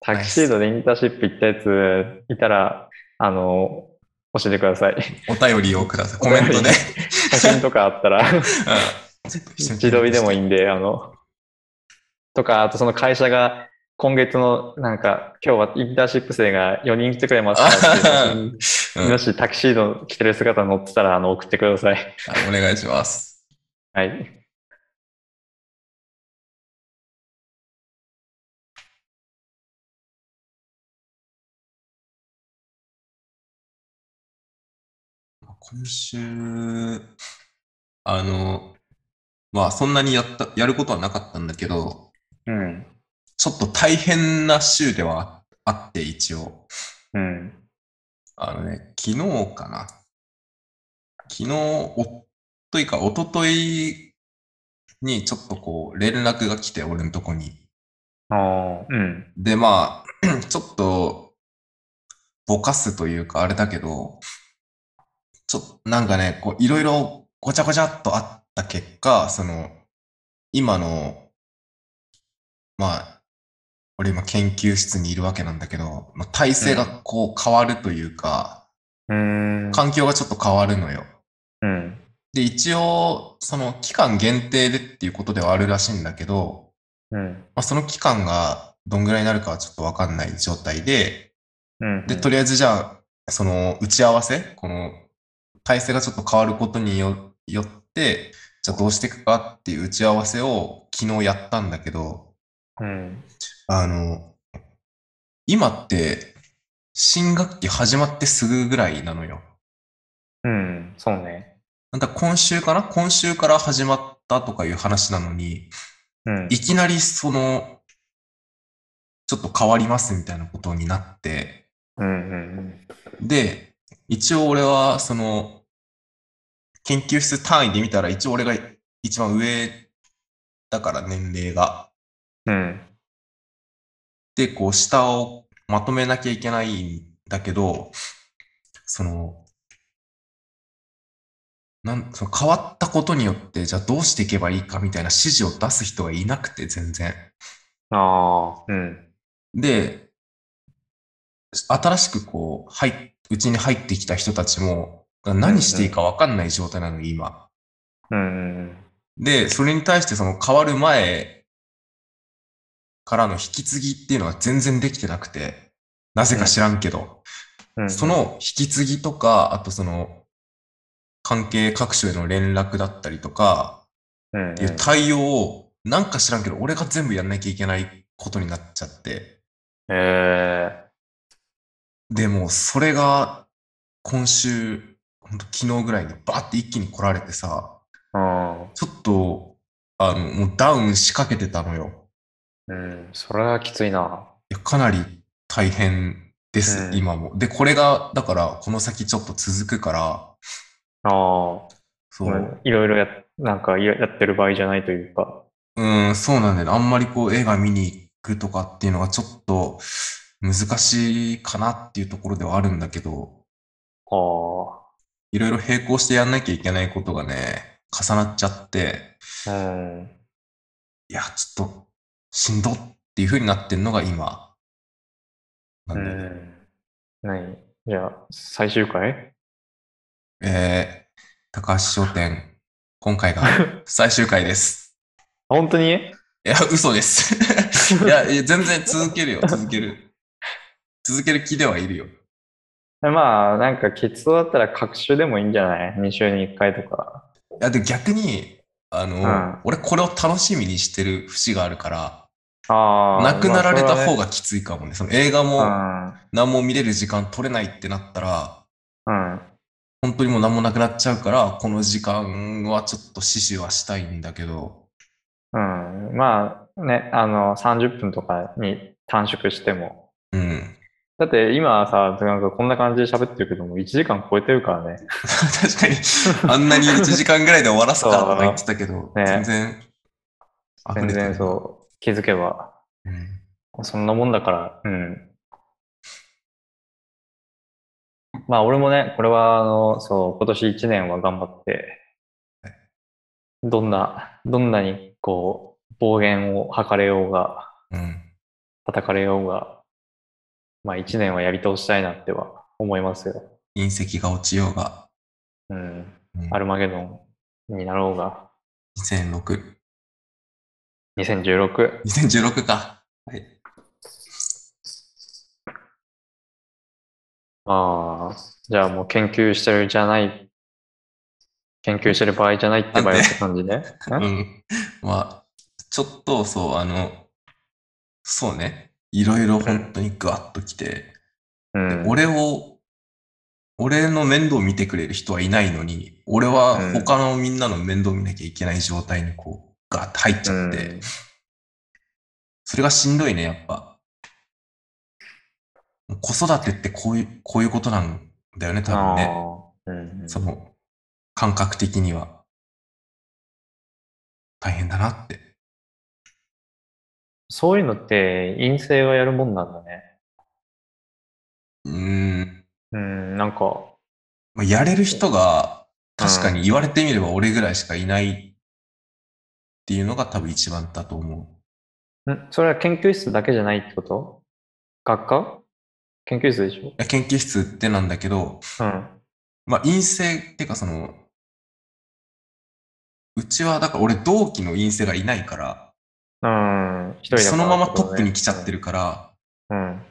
S1: タキシードでインターンシップ行ったやついたら、あの、教えてくださ い。
S2: お便りをください。コメ ントで。
S1: 写真とかあったら、
S2: うんちょっと一緒に
S1: 自撮りでもいい
S2: い。
S1: んで、あの、とか、あとその会社が、今月の、なんか、今日はインターンシップ生が4人来てくれましたっていう写
S2: うん
S1: 真。もしタキシード着てる姿載ってたら、あの、送ってください。
S2: あお願いします。
S1: はい。
S2: 今週、あの、まあそんなにやった、やることはなかったんだけど、
S1: うん。
S2: ちょっと大変な週ではああって一応。
S1: うん。
S2: あのね、昨日かな。昨日、お、というか一昨日にちょっとこう連絡が来て、俺のとこに。
S1: ああ、うん。
S2: で、まあ、 ちょっと、ぼかすというか、あれだけど、ちょっと、なんかね、こう、いろいろごちゃごちゃっとあった結果、その、今の、まあ、俺今研究室にいるわけなんだけど、まあ、体制がこう変わるというか、
S1: うーん。
S2: 環境がちょっと変わるのよ。
S1: うん。
S2: で、一応、その期間限定でっていうことではあるらしいんだけど、
S1: うん。
S2: まあ、その期間がどんぐらいになるかはちょっとわかんない状態で、
S1: うん。
S2: で、とりあえずじゃあ、その打ち合わせ、この体制がちょっと変わることによよって、じゃあどうしていくかっていう打ち合わせを昨日やったんだけど、
S1: うん。
S2: あの、今って新学期始まってすぐぐらいなのよ。
S1: うん。そうね。
S2: なんだ今週かな今週から始まったとかいう話なのに、
S1: うん。
S2: いきなりその、ちょっと変わりますみたいなことになって、
S1: うん。うん。
S2: で、一応俺は、その、研究室単位で見たら、一応俺が一番上だから、年齢が。
S1: うん。
S2: で、こう、下をまとめなきゃいけないんだけど、その、なん、その変わったことによって、じゃあどうしていけばいいかみたいな指示を出す人がいなくて、全然。
S1: ああ、うん。
S2: で、新しくこう、入っうちに入ってきた人たちも、何していいか分かんない状態なの、今。
S1: うん。
S2: で、それに対してその変わる前からの引き継ぎっていうのは全然できてなくて、なぜか知らんけど、
S1: うん。
S2: そ、の引き継ぎとか、あとその、関係各所への連絡だったりとか、
S1: うん。
S2: いう対応を、なんか知らんけど、俺が全部やんなきゃいけないことになっちゃって、
S1: え
S2: でも、それが、今週、ほんと昨日ぐらいにバーって一気に来られてさ、
S1: えー。
S2: ちょっと、あの、もうダウンしかけてたのよ。
S1: うん。うん。それはきついな。
S2: いや、かなり大変です、
S1: うん
S2: 今も。で、これが、だから、この先ちょっと続くから、
S1: ああ、
S2: そうう、
S1: んいろいろや、なんかいろやってる場合じゃないというか。
S2: うん、そうなんだよね。あんまりこう、映画見に行くとかっていうのがちょっと難しいかなっていうところではあるんだけど、
S1: ああ、
S2: いろいろ並行してやんなきゃいけないことがね、重なっちゃって、
S1: うん。
S2: いや、ちょっと、しんどっていう風になってんのが今。な
S1: うん
S2: だよね。
S1: ん。何じゃあ、最終回
S2: えー、高橋商店、今回が最終回です。
S1: 本当に
S2: いや、嘘です。 いや、いや全然続けるよ、続ける。続ける気ではいるよ。
S1: まあ、なんか、結論だったら、各種でもいいんじゃない ?2 週に1回とか。
S2: いや、で、逆に、あの、
S1: ん
S2: 俺これを楽しみにしてる節があるから、
S1: ああ。
S2: 亡くなられた方
S1: が。
S2: がきついかもね。その映画も何も見れる時間取れないってなったら、
S1: うん。うん。
S2: 本当にもう何もなくなっちゃうから、この時間はちょっと死守はしたいんだけど、
S1: うん。まあ、ね、あの、30分とかに短縮しても。
S2: うん。
S1: だって今さ、なんかこんな感じで喋ってるけども、1時間超えてるからね。
S2: 確 かに、あんなに1時間ぐらいで終わらすからとか言ってたけど、
S1: ね
S2: 全然、溢
S1: 全
S2: れてる
S1: 然そう、気づけば。
S2: うん。
S1: そんなもんだから、うん。まあ俺もね、これはあの、そう、今年1年は頑張って
S2: は、
S1: どんな、どんなにこう、暴言を吐かれようが、
S2: うん。
S1: 叩かれようが、まあ1年はやり通したいなっては思いますよ。
S2: 隕石が落ちようが、
S1: うん。
S2: うん、
S1: アルマゲドンになろうが、
S2: 2006、
S1: 2016。
S2: 2016か。はい。
S1: ああ、じゃあもう研究してるじゃない、研究してる場合じゃないって場合はって感じね。
S2: うん。まあ、ちょっと、そう、あの、そうね。いろいろ本当にグワッときて、
S1: うん。
S2: 俺を、俺の面倒を見てくれる人はいないのに、俺は
S1: うん
S2: 他のみんなの面倒を見なきゃいけない状態にこう、ガーッと入っちゃって、
S1: うん
S2: それがしんどいね、やっぱ。子育てってこういう、こういうことなんだよね、多分ね。
S1: あーうんうん
S2: その、感覚的には。大変だなって。
S1: そういうのって陰性がやるもんなんだね。
S2: うーん。
S1: うん、なんか、
S2: まあ、やれる人が、確かに言われてみれば俺ぐらいしかいないっていうのが多分一番だと思
S1: んそれは研究室だけじゃないってこと学科研究室でしょ
S2: う。いや研究室ってなんだけど、
S1: うん。
S2: まあ、陰性っていうかその、うちは、だから俺同期の陰性がいないから、
S1: うん、一人だから
S2: そのままトップに来ちゃって
S1: る。
S2: るから、
S1: うん。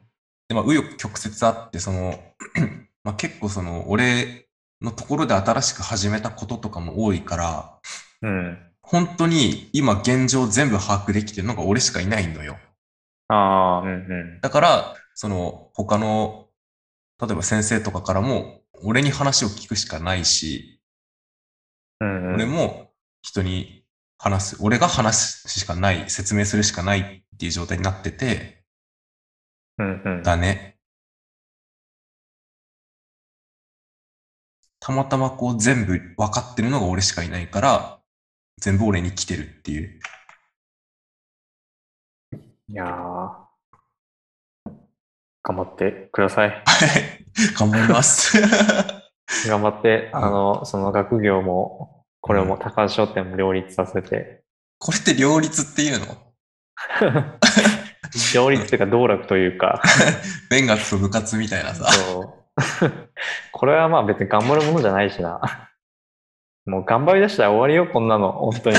S2: で、まあ、紆余曲折あって、その、 まあ、結構その、俺のところで新しく始めたこととかも多いから、
S1: うん。
S2: 本当に今現状全部把握できてるのが俺しかいないのよ。
S1: ああ、うんうん。
S2: だから、その、他の、例えば先生とかからも、俺に話を聞くしかないし、
S1: うんうん、
S2: 俺も人に話す、俺が話すしかない、説明するしかないっていう状態になってて、
S1: うんうん、
S2: だね。たまたまこう全部分かってるのが俺しかいないから、全部俺に来てるっていう。
S1: いやー頑張ってくださ い。
S2: 頑張ります。
S1: 頑張って、
S2: うん
S1: あの、その学業も、これも高橋商店も両立させて、
S2: これって両立っていうの
S1: 両立っていうか道楽という か、
S2: 勉学と部活みたいな さ。
S1: そう これはまあ別に頑張るものじゃないしな。もう頑張りだしたら終わりよ、こんなの、本 当に。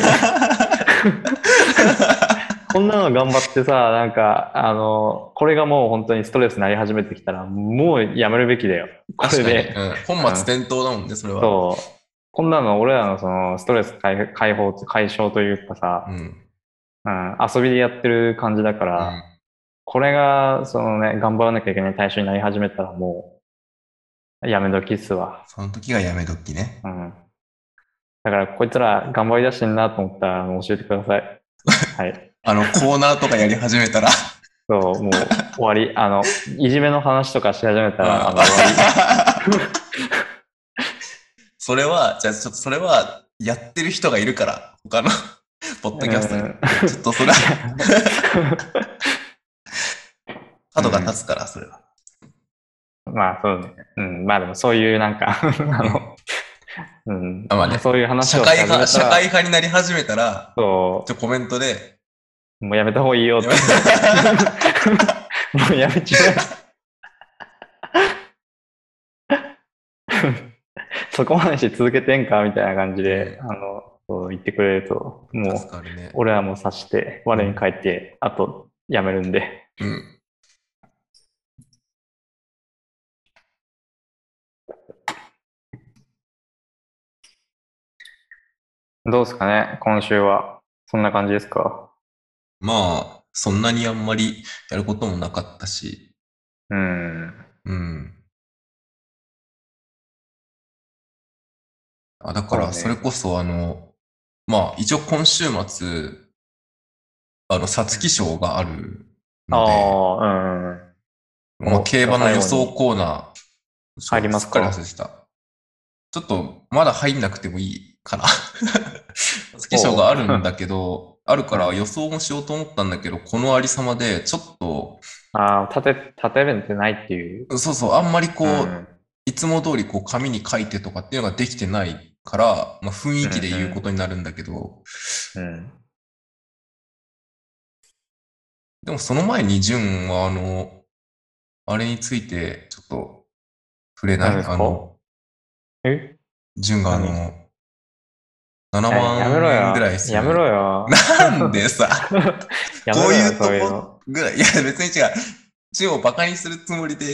S1: こんなの頑張ってさ、なんか、あの、これがもう本当にストレスになり始めてきたら、もうやめるべきだよ。これ
S2: 確かに、
S1: で。
S2: うん。本末転倒だもんね、それは。
S1: そう。こんなの俺らのそのストレス解解放、解消というかさ、
S2: うん。うん。
S1: うん、遊びでやってる感じだから、これが、そのね、頑張らなきゃいけない対象になり始めたらもう、やめ時っすわ。
S2: その時がやめ時ね。
S1: うん。だから、こいつら頑張りだしてんなと思ったら、あの教えてくださ い。はい。
S2: あの、コーナーとかやり始めたら。
S1: そう、もう、終わり。あの、いじめの話とかし始めたら、あの、終わり。
S2: それは、じゃあちょっとそれは、やってる人がいるから、他の、 ポッドキャストに。ちょっとそ れは、角が立つから、それは。
S1: うんまあ、そうね。うん、まあでも、そういうなんか、 あの、うん、
S2: あまあね
S1: そういう話
S2: 社
S1: をし始め
S2: 会
S1: たら
S2: 派、社会派になり始めたら、
S1: そ
S2: ちょっとコメントで、
S1: う、もうやめた方がいい よって。もうやめちゃう。そこまでして続けてんかみたいな感じで、あの、そう言ってくれると、も
S2: 助
S1: う、
S2: かるね。
S1: 俺はもう察して、我に返って、あと、やめるんで。
S2: うん。
S1: どうですかね、今週は。そんな感じですか。
S2: まあ、そんなにあんまりやることもなかったし、
S1: うん。
S2: うん。あ、だから、
S1: そ
S2: そう
S1: ね
S2: れこそ、あの、まあ、一応今週末、あの、皐月賞があるの
S1: あ
S2: で、
S1: あ、うんうん。
S2: まあ、競馬の予
S1: 最後
S2: 想
S1: に
S2: コーナー、
S1: 入りますか
S2: っかり忘れてた。ちょっと、まだ入んなくてもいいかな。 月賞がある んだけど、あるから予想もしようと思ったんだけど、このありさまで、ちょっと、
S1: ああ、立て、立てれてないっていう。
S2: そうそう、あんまりこう、
S1: うん
S2: いつも通りこう紙に書いてとかっていうのができてないから、まあ、雰囲気で言うことになるんだけど、
S1: うん。
S2: でもその前に潤はあの、あれについてちょっと触れない。
S1: 何ですか
S2: あの、
S1: え
S2: 潤があの、7
S1: やめろ
S2: 万円
S1: よ
S2: ぐらいす。る。
S1: やめろよ。
S2: なんでさ、
S1: やめろ
S2: こう
S1: よ
S2: いうと
S1: そういう
S2: こ
S1: の。
S2: ぐらい、いや別に違う。潤をバカにするつもりで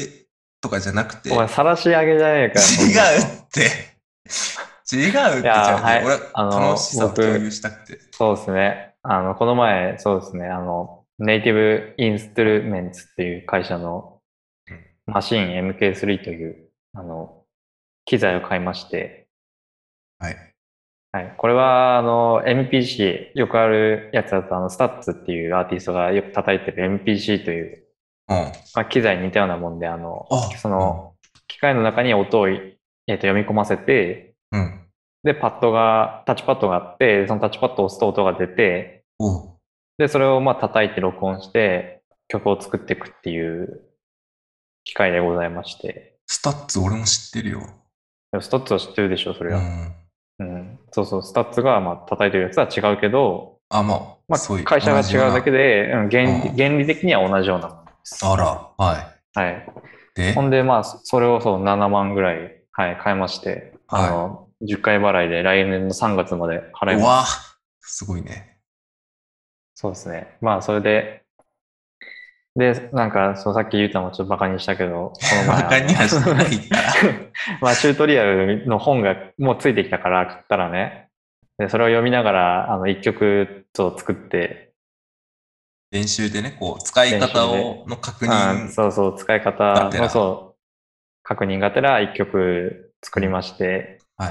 S2: とかじゃなくて、
S1: お
S2: 違う
S1: 前、晒し上げじゃねえ かよ。
S2: って、違うってじゃなくて、
S1: はい
S2: 俺
S1: あの
S2: は楽しさを
S1: 僕
S2: 共有したくて。
S1: そうですね。あの、この前、そうですね。あの、ネイティブインストゥルメンツっていう会社のマシン MK3 という、あの、機材を買いまして、
S2: はい。
S1: はい。これは、あの、MPC、よくあるやつだと、あの、スタッツっていうアーティストがよく叩いてる MPC という、
S2: うん。
S1: まあ、機材に似たようなもんで、あの、
S2: あ
S1: その、機械の中に音を、えーと読み込ませて、
S2: うん。
S1: で、パッドが、タッチパッドがあって、そのタッチパッドを押すと音が出て、
S2: おう
S1: で、それをまあ叩いて録音して曲を作っていくっていう機械でございまして。
S2: スタッツ俺も知ってるよ。
S1: でもスタッツは知ってるでしょ、それ
S2: う
S1: は。
S2: ん。
S1: うん。そうそう、スタッツがまあ叩いてるやつは違うけど、
S2: あ、ま
S1: ま
S2: あ、
S1: あ
S2: そういう。
S1: 会社が違うだけ
S2: で。
S1: で、うん、原
S2: う
S1: 理
S2: ん
S1: 原理的には同じようなものです。
S2: あら、は
S1: はい。
S2: い。で
S1: ほ、んで、まあ、そそれをそう7万ぐらい、はい、買いまして、あの、10回払いで来年の3月まで払いうます。
S2: わすごいね。
S1: そうですね。まあ、それで、で、なんか、そう、さっきゆうたもちょっとバカにしたけど、この 前あの
S2: バカにはしてないから。
S1: まあ、チュートリアルの本がもうついてきたから買ったらね。で、それを読みながら、あの、一曲を作って、
S2: 練習でね、こう、使い方
S1: 練習
S2: を、の確
S1: あ
S2: 認。
S1: そうそう、使い方
S2: がて
S1: の、
S2: ら
S1: そう、確認がてら一曲作りまして、
S2: はい。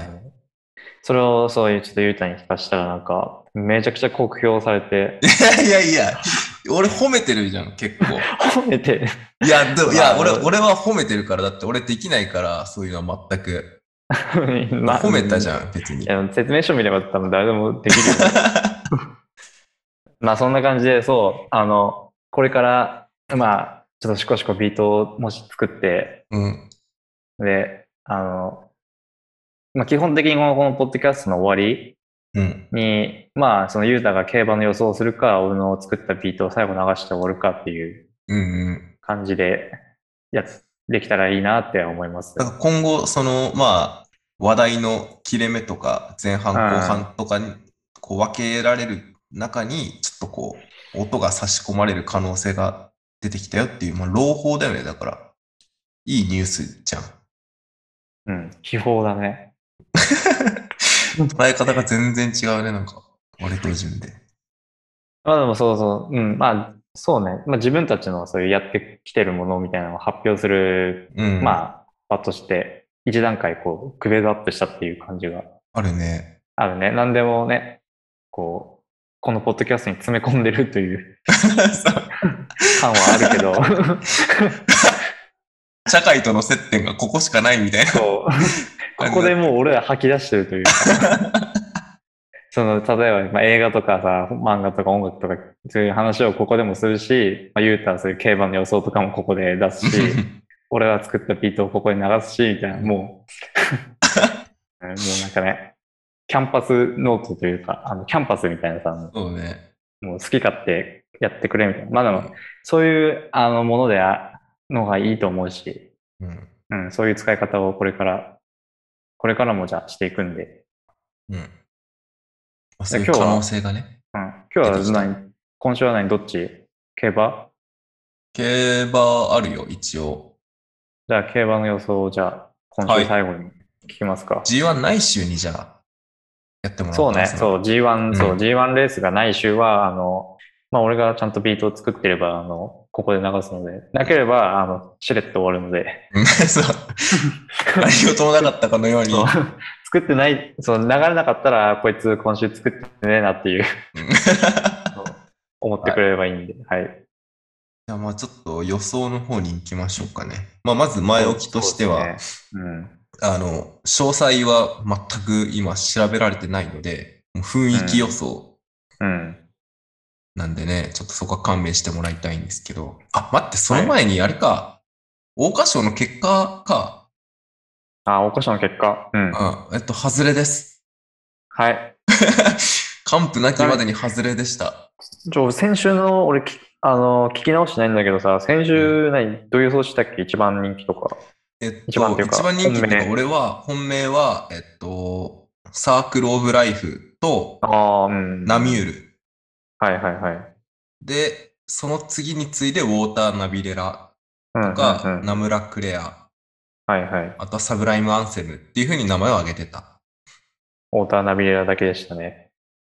S1: それをそういう、ちょっとユータに聞かしたらなんか、めちゃくちゃ酷評されて、
S2: い やいやいや、俺褒めてるじゃん、結構。
S1: 褒め て、
S2: いや、でも、いや、
S1: まあ
S2: 俺、俺は褒めてるから、だって俺できないから、そういうのは全く。褒めたじ
S1: ん。
S2: ゃん、別に
S1: い。や説明書見れば多分誰でもできるよ。まあそんな感じで、そう、あの、これから、まあ、ちょっとシコシコビートをもし作って、
S2: うん。
S1: で、あの、まあ基本的にこのこのポッドキャストの終わり
S2: うん。
S1: に、まあそのユータが競馬の予想をするか、俺の作ったビートを最後流して終わるかっていう
S2: うんうん。
S1: 感じで、やつ、できたらいいなって思います
S2: だ。から今後、その、まあ、話題の切れ目とか、前半、
S1: うん
S2: 後半とかに、こう分けられる中に、ちょっとこう、音が差し込まれる可能性が出てきたよっていう、まあ、朗報だよね。だから、いいニュースじゃん。
S1: うん、秘宝だね。
S2: 捉え方が全然違うね、なんか、俺と順で。
S1: まあでもそうそう、うん、まあそうね、まあ自分たちのそういうやってきてるものみたいなのを発表する
S2: うん。あ、
S1: まあ、場として、一段階こう、グレードアップしたっていう感じが
S2: あるね。
S1: あるね。何でもね、こう、このポッドキャストに詰め込んでるという
S2: そう
S1: 感はあるけど、
S2: 社会との接点がここしかないみたいな。
S1: そう、 ここでもう俺ら吐き出してるというか、その、例えば、まあ、映画とかさ、漫画とか音楽とか、そういう話をここでもするし、まあ、言うたらそういう競馬の予想とかもここで出すし、俺が作ったビートをここに流すし、みたいな、もう、うんもうなんかね、キャンパスノートというか、あの、キャンパスみたいなさ、も
S2: そうね。
S1: うもう好き勝手やってくれみたいな。まあでも、そういう、あの、ものであ、のがいいと思うし、
S2: うん。
S1: うん、そういう使い方をこれから、これからもじゃあしていくんで、
S2: うん。まあそういう
S1: 今日
S2: 可
S1: は
S2: 能性がね。
S1: うん、今日
S2: 出て
S1: は
S2: きた
S1: 何、今週は何、どっち競馬
S2: 競馬あるよ、一応。
S1: じゃあ競馬の予想をじゃあ、今
S2: は
S1: 週
S2: い
S1: 最後に聞きますか。
S2: G1 ない週にじゃあ、やってもら
S1: そうね、
S2: う。
S1: そう、G1、そうう、
S2: ん
S1: G1 レースがない週は、あの、まあ、俺がちゃんとビートを作ってれば、あの、ここで流すので、なければ、あの、しれっと終わるので、
S2: うんそう。何事もなかったかのように。
S1: そう、作ってない、そう、流れなかったら、こいつ今週作ってねえなっていう、
S2: うん
S1: 思ってくれればいいんで、はい。
S2: じゃあまあちょっと予想の方に行きましょうかね。まあまず前置きとしては、
S1: そうですねうん。
S2: あの、詳細は全く今調べられてないので、もう雰囲気予想
S1: うん。
S2: なんでね、ちょっとそこは勘弁してもらいたいんですけど。あ、待って、その前にあれか、桜花賞の結果か、
S1: あ、大越しの結果。うん。
S2: あえっと、外れです。
S1: はい。
S2: 完膚なきまでに外れでした。
S1: ちょ、先週の、俺、きあの、聞き直してないんだけどさ、先週何、どういう予想したっけ一番人気とか。
S2: えっと、
S1: 一番っていうか
S2: 一番人気っていう
S1: 本
S2: か、
S1: 命
S2: 俺は、本命は、えっと、サークル・オブ・ライフと、
S1: ああ、うん。
S2: ナミュール。
S1: はいはいはい。
S2: で、その次に次いで、ウォーター・ナビレラ
S1: うんうんう
S2: とか、
S1: ん。
S2: ナムラ・クレア
S1: はいはい。
S2: あとはサブライムアンセムっていう風に名前を挙げてた。
S1: オーターナビレラだけでしたね。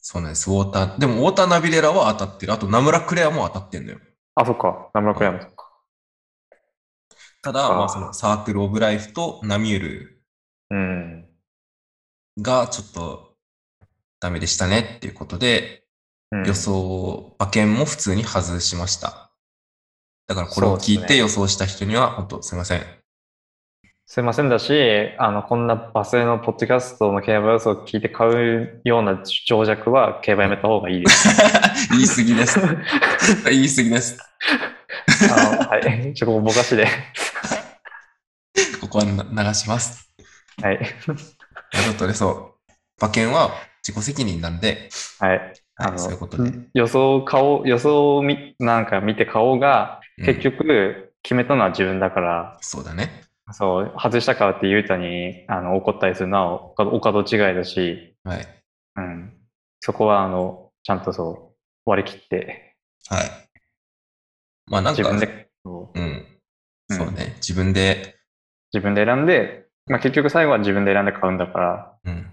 S2: そうなんです。ウォーター、でもウォーターナビレラは当たってる。あとナムラクレアも当たってんのよ。
S1: あ、そっか。ナムラクラム。
S2: ただ、
S1: あー
S2: まあそのサークルオブライフとナミュール
S1: うん。
S2: がちょっとダメでしたねっていうことで、
S1: うん
S2: 予。想、馬券も普通に外しました。だからこれを聞
S1: そう
S2: い
S1: です
S2: て
S1: ね
S2: 予想した人には、本当すい ません。
S1: すいませんだし、あの、こんなバスへのポッドキャストの競馬予想を聞いて買うような情弱は競馬やめた方がいいです。
S2: 言い過ぎです。言い過ぎです。
S1: あの、はい。ちょ、ここぼかしで。
S2: ここはな流します。
S1: はい。
S2: いやちょっとね、そう。馬券は自己責任なんで、
S1: はい。
S2: はい、そういうことで。
S1: 予想を買おう、予想をみ、なんか見て買おうが、
S2: うん
S1: 結局、決めたのは自分だから、
S2: そうだね。
S1: そう、外したからってゆうたに、あの、怒ったりするのはお門、お門違いだし、
S2: はい。
S1: うん。そこは、あの、ちゃんとそう、割り切って、
S2: はい。まあなんか、
S1: 自分で、そう
S2: うん。
S1: うん
S2: そうね。自分で、
S1: 自分で選んで、まあ、結局最後は自分で選んで買うんだから、
S2: うん。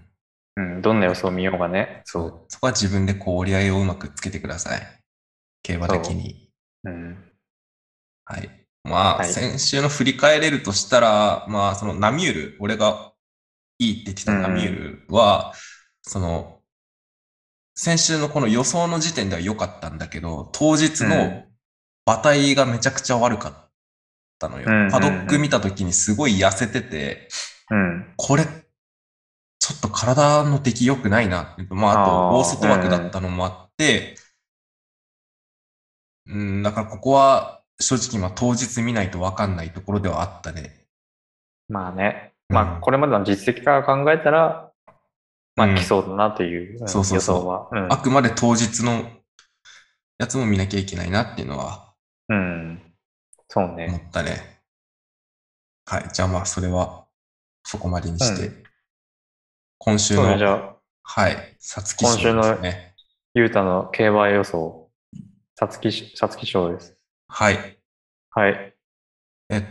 S1: うん、どんな予想を見ようがね、そ
S2: そう。そこは自分でこう折り合いをうまくつけてください。競馬的に。
S1: う。うん。
S2: はい。まあ、
S1: はい
S2: 先週の振り返れるとしたら、まあ、そのナミュール、俺がいいって言ってたナミュールは、その、先週のこの予想の時点では良かったんだけど、当日
S1: う
S2: の
S1: ん
S2: 馬体がめちゃくちゃ悪かったのよ。
S1: うんうんうん
S2: パドック見た時にすごい痩せてて、
S1: うん。
S2: これ、ちょっと体の出来良くないな。まあ、あ
S1: あー
S2: と、大外枠だったのもあって、うん、だからここは、正直、まあ、当日見ないと分かんないところではあったね。
S1: まあね、
S2: うん
S1: まあ、これまでの実績から考えたら、ま
S2: う
S1: あ、
S2: ん
S1: 来そうだなという、うん
S2: そうそうそう
S1: 予想は。うん
S2: あくまで当日のやつも見なきゃいけないなっていうのは
S1: うん。そう
S2: 思
S1: ね。
S2: ったね。はい。じゃあまあ、それは、そこまでにして、
S1: う
S2: 今週
S1: そうね、じゃ
S2: の、
S1: あ、
S2: はい、さつき
S1: 今週の
S2: ですね。
S1: ゆうたの競馬予想、さつきし、さつき賞です。
S2: はい。
S1: はい。
S2: えっ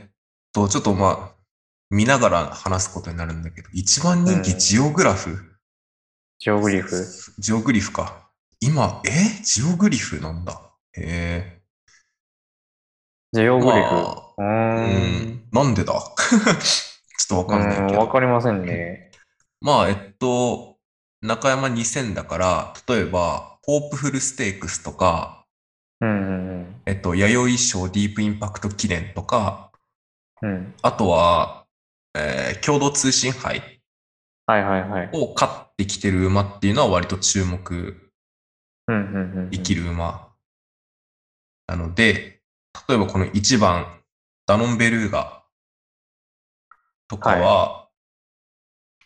S2: と、ちょっとまあ、見ながら話すことになるんだけど、一番人
S1: う
S2: 気
S1: ん
S2: ジオグラフ。
S1: ジオグリフ。
S2: ジオグリフか。今、えジオグリフなんだ。へ
S1: ジオ
S2: え。
S1: グリフ。
S2: ま
S1: う
S2: あ、う
S1: ーん。
S2: ん、なんでだ ちょっとわかんないけ
S1: うんわ
S2: ど。
S1: かりませんね。
S2: まあ、えっと、中山2000だから、例えば、ホープフルステークスとか、
S1: うん
S2: えっと、弥生賞ディープインパクト記念とか、
S1: うんうん。うん。
S2: あとは、えー共同通信杯
S1: はいはいはい。
S2: を勝ってきてる馬っていうのは割と注目
S1: うんうんうんうん。
S2: 生きる馬。なので、例えばこの1番、ダノンベルーガとかは、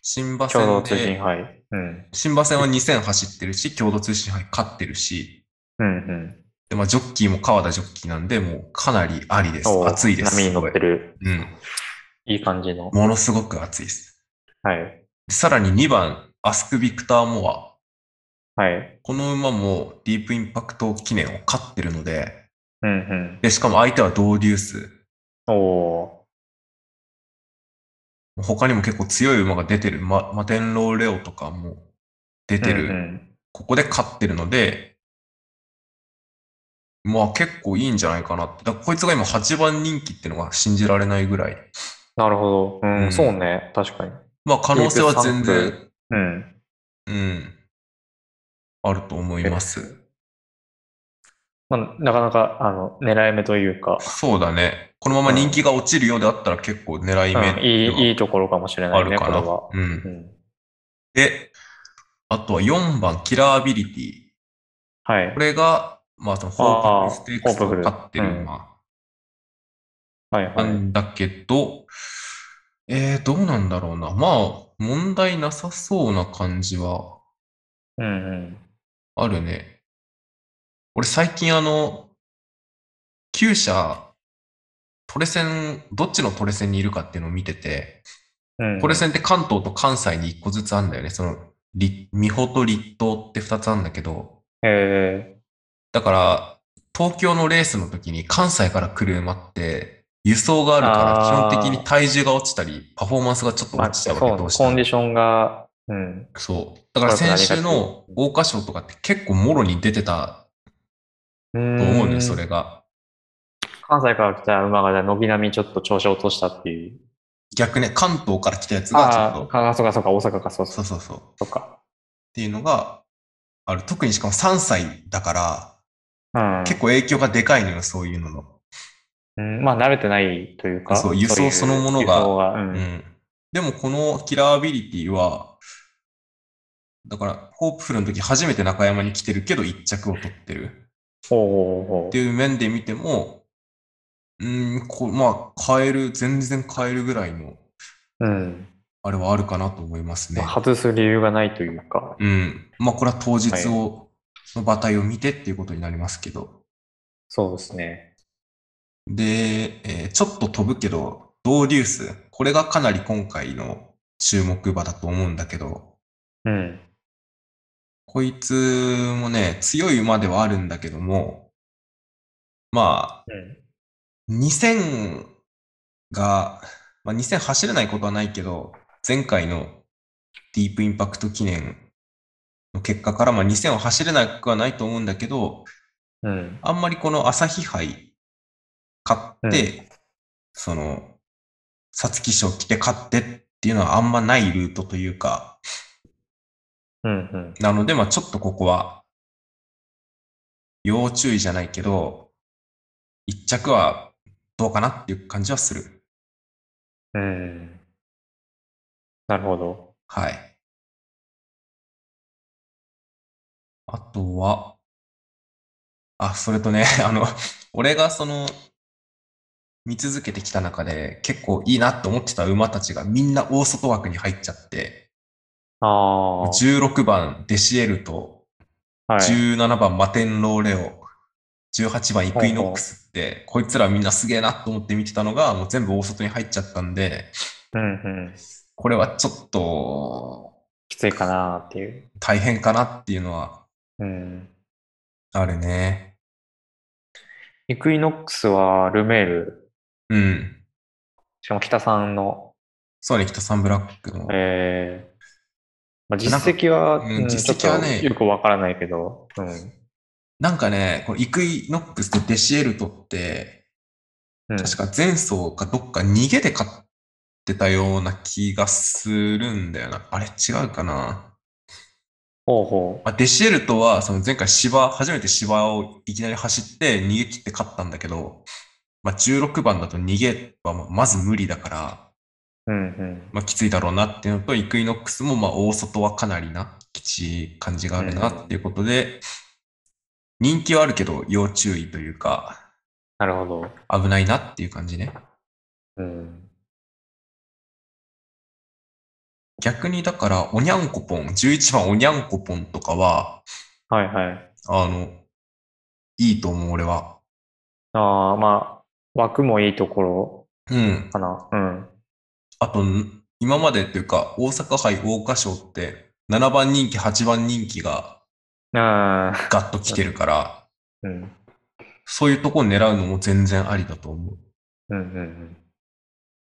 S2: 新馬
S1: 共同
S2: 戦
S1: 通信
S2: で、
S1: 杯。うん。
S2: 新馬戦は2000走ってるし、共同通信杯勝ってるし、
S1: うんうん。
S2: で、まあ、ジョッキーも川田ジョッキーなんで、もうかなりありです。
S1: おー
S2: 熱いです。
S1: 波に乗ってる。
S2: うん。
S1: いい感じの。
S2: ものすごく熱いです。
S1: はい。
S2: さらに2番、アスク・ビクター・モア。
S1: はい。
S2: この馬もディープインパクト記念を勝ってるので、
S1: うん
S2: で、しかも相手はドーデュース。
S1: うん。おー。
S2: 他にも結構強い馬が出てる。ま、マテンローレオとかも出てる、
S1: うん
S2: ここで勝ってるので、まあ結構いいんじゃないかなって。だからこいつが今8番人気ってのが信じられないぐらい。
S1: なるほど。うん、
S2: うん
S1: そうね。確かに。
S2: まあ可能性は全
S1: 結
S2: 然、
S1: うん。
S2: うん、あると思います。
S1: まあ、なかなか、あの、狙い目というか、
S2: そうだね。このまま人気が落ちるようであったら結構狙い目
S1: うんいい、いい
S2: い
S1: ところかもしれな
S2: あ
S1: いね、
S2: るか
S1: これ
S2: な
S1: は。。
S2: うん
S1: う。ん。
S2: で、あとは4番、キラーアビリティ。
S1: はい
S2: こ。れが、まあ、そのホープフルステーク
S1: あ
S2: ス
S1: ーホープフル
S2: を勝ってる
S1: うん
S2: 馬
S1: はい、は。
S2: ないんだけど、えー、どうなんだろうな。まあ、問題なさそうな感じは
S1: うん、うん。
S2: あるね。俺最近あの、旧車、トレセン、どっちのトレセンにいるかっていうのを見てて、
S1: うん
S2: トレセンって関東と関西に1個ずつあるんだよね。その、立美穂と立東って2つあるんだけど、
S1: え
S2: だから、東京のレースの時に関西から来る馬って、輸送がある
S1: あー
S2: から、基本的に体重が落ちたり、パフォーマンスがちょっ
S1: ー
S2: と
S1: ま
S2: 落
S1: あ、
S2: ちちゃ
S1: そうう、
S2: わけ、どうして
S1: コンデ
S2: も
S1: ィ。ションが、うん。
S2: そう。だから先週の桜花賞とかって結構もろに出てた
S1: と
S2: と思うね、
S1: ん
S2: それが。
S1: 関西から来た馬が、じゃあ軒並みちょっと調子を落としたっていう。
S2: 逆ね、関東から来たやつが
S1: あ
S2: ちょ
S1: あ
S2: っ
S1: ー、あそうか、そうか、大阪か、そう
S2: と、
S1: そ
S2: そう
S1: う、
S2: そうそう。っ
S1: そうか。
S2: ていうのが、ある。特にしかも3歳だから、
S1: うん。
S2: 結構影響がでかいのよ、そういうのの。
S1: うん、まあ、慣れてないというか、
S2: そう輸送そのも
S1: そういう
S2: のが
S1: 輸送がうん
S2: うんでもこのキラーアビリティは、だから、ホープフルの時初めて中山に来てるけど1着を取ってる
S1: ほうほうほう
S2: っていう面で見ても、うーん、こうまあ、変える、全然変えるぐらいの、
S1: うん。
S2: あれはあるかなと思いますね
S1: まあ。外す理由がないというか。
S2: うん。まあ、これは当日を、の馬体を見てっていうことになりますけど。
S1: そうですね。
S2: で、えーちょっと飛ぶけど、ドーデュース。これがかなり今回の注目馬だと思うんだけど、
S1: うん。
S2: こいつもね、強い馬ではあるんだけども、ま
S1: うん。
S2: あ、2000が、まあ、2000走れないことはないけど、前回のディープインパクト記念の結果から、まあ、2000は走れなくはないと思うんだけど、
S1: うん。
S2: あんまりこの朝日杯買って、その、皐月賞来て勝ってっていうのはあんまないルートというか、
S1: うん。うん。
S2: なので、まあちょっとここは、要注意じゃないけど、一着はどうかなっていう感じはする。
S1: うん。なるほど。
S2: はい。あとは、あ、それとね、 あの、俺がその、見続けてきた中で結構いいなと思ってた馬たちがみんな大外枠に入っちゃって、
S1: あ
S2: 16番デシエルと
S1: あ。はい。
S2: 17番マテンローレオ、18番イクイノックスって、こいつらみんなすげえなと思って見てたのが、もう全部大外に入っちゃったんで、
S1: うん。うん。
S2: これはちょっと
S1: きついかなっていう。
S2: 大変かなっていうのは
S1: うん。
S2: あるね。
S1: イクイノックスはルメール、
S2: うん。
S1: しかも北さんの、
S2: そうね、北サンブラックの。
S1: えー、まあ、実績は、
S2: なんかうん
S1: うん
S2: 実績はね
S1: ちょっとよくわからないけど、うん。
S2: なんかね、このイクイノックスとデシエルトって、
S1: うん、
S2: 確か前走かどっか逃げで勝ってたような気がするんだよな。あれ違うかな。
S1: ほうほ
S2: まあ、デシエルトは、その前回芝、初めて芝をいきなり走って逃げ切って勝ったんだけど、まあ、16番だと逃げはまあまず無理だから、
S1: う。うんうん。
S2: まあ、きついだろうなっていうのと、イクイノックスも、まあ、大外はかなりな、きちい感じがあるなっていうことで、人気はあるけど、要注意というか、
S1: なるほど。
S2: 危ないなっていう感じね。
S1: うん。
S2: 逆に、だから、おにゃんこぽん、11番おにゃんこぽんとかは、
S1: はいはい。
S2: あの、いいと思う、俺は。
S1: ああ、まあ、枠もいいところ
S2: うん、
S1: かな。うん。
S2: あと、ん今までっていうか、大阪杯桜花賞って、7番人気、8番人気が
S1: ああ、
S2: ガッと来てるから、
S1: うん。
S2: そういうとこ狙うのも全然ありだと思う。
S1: うんうんうん。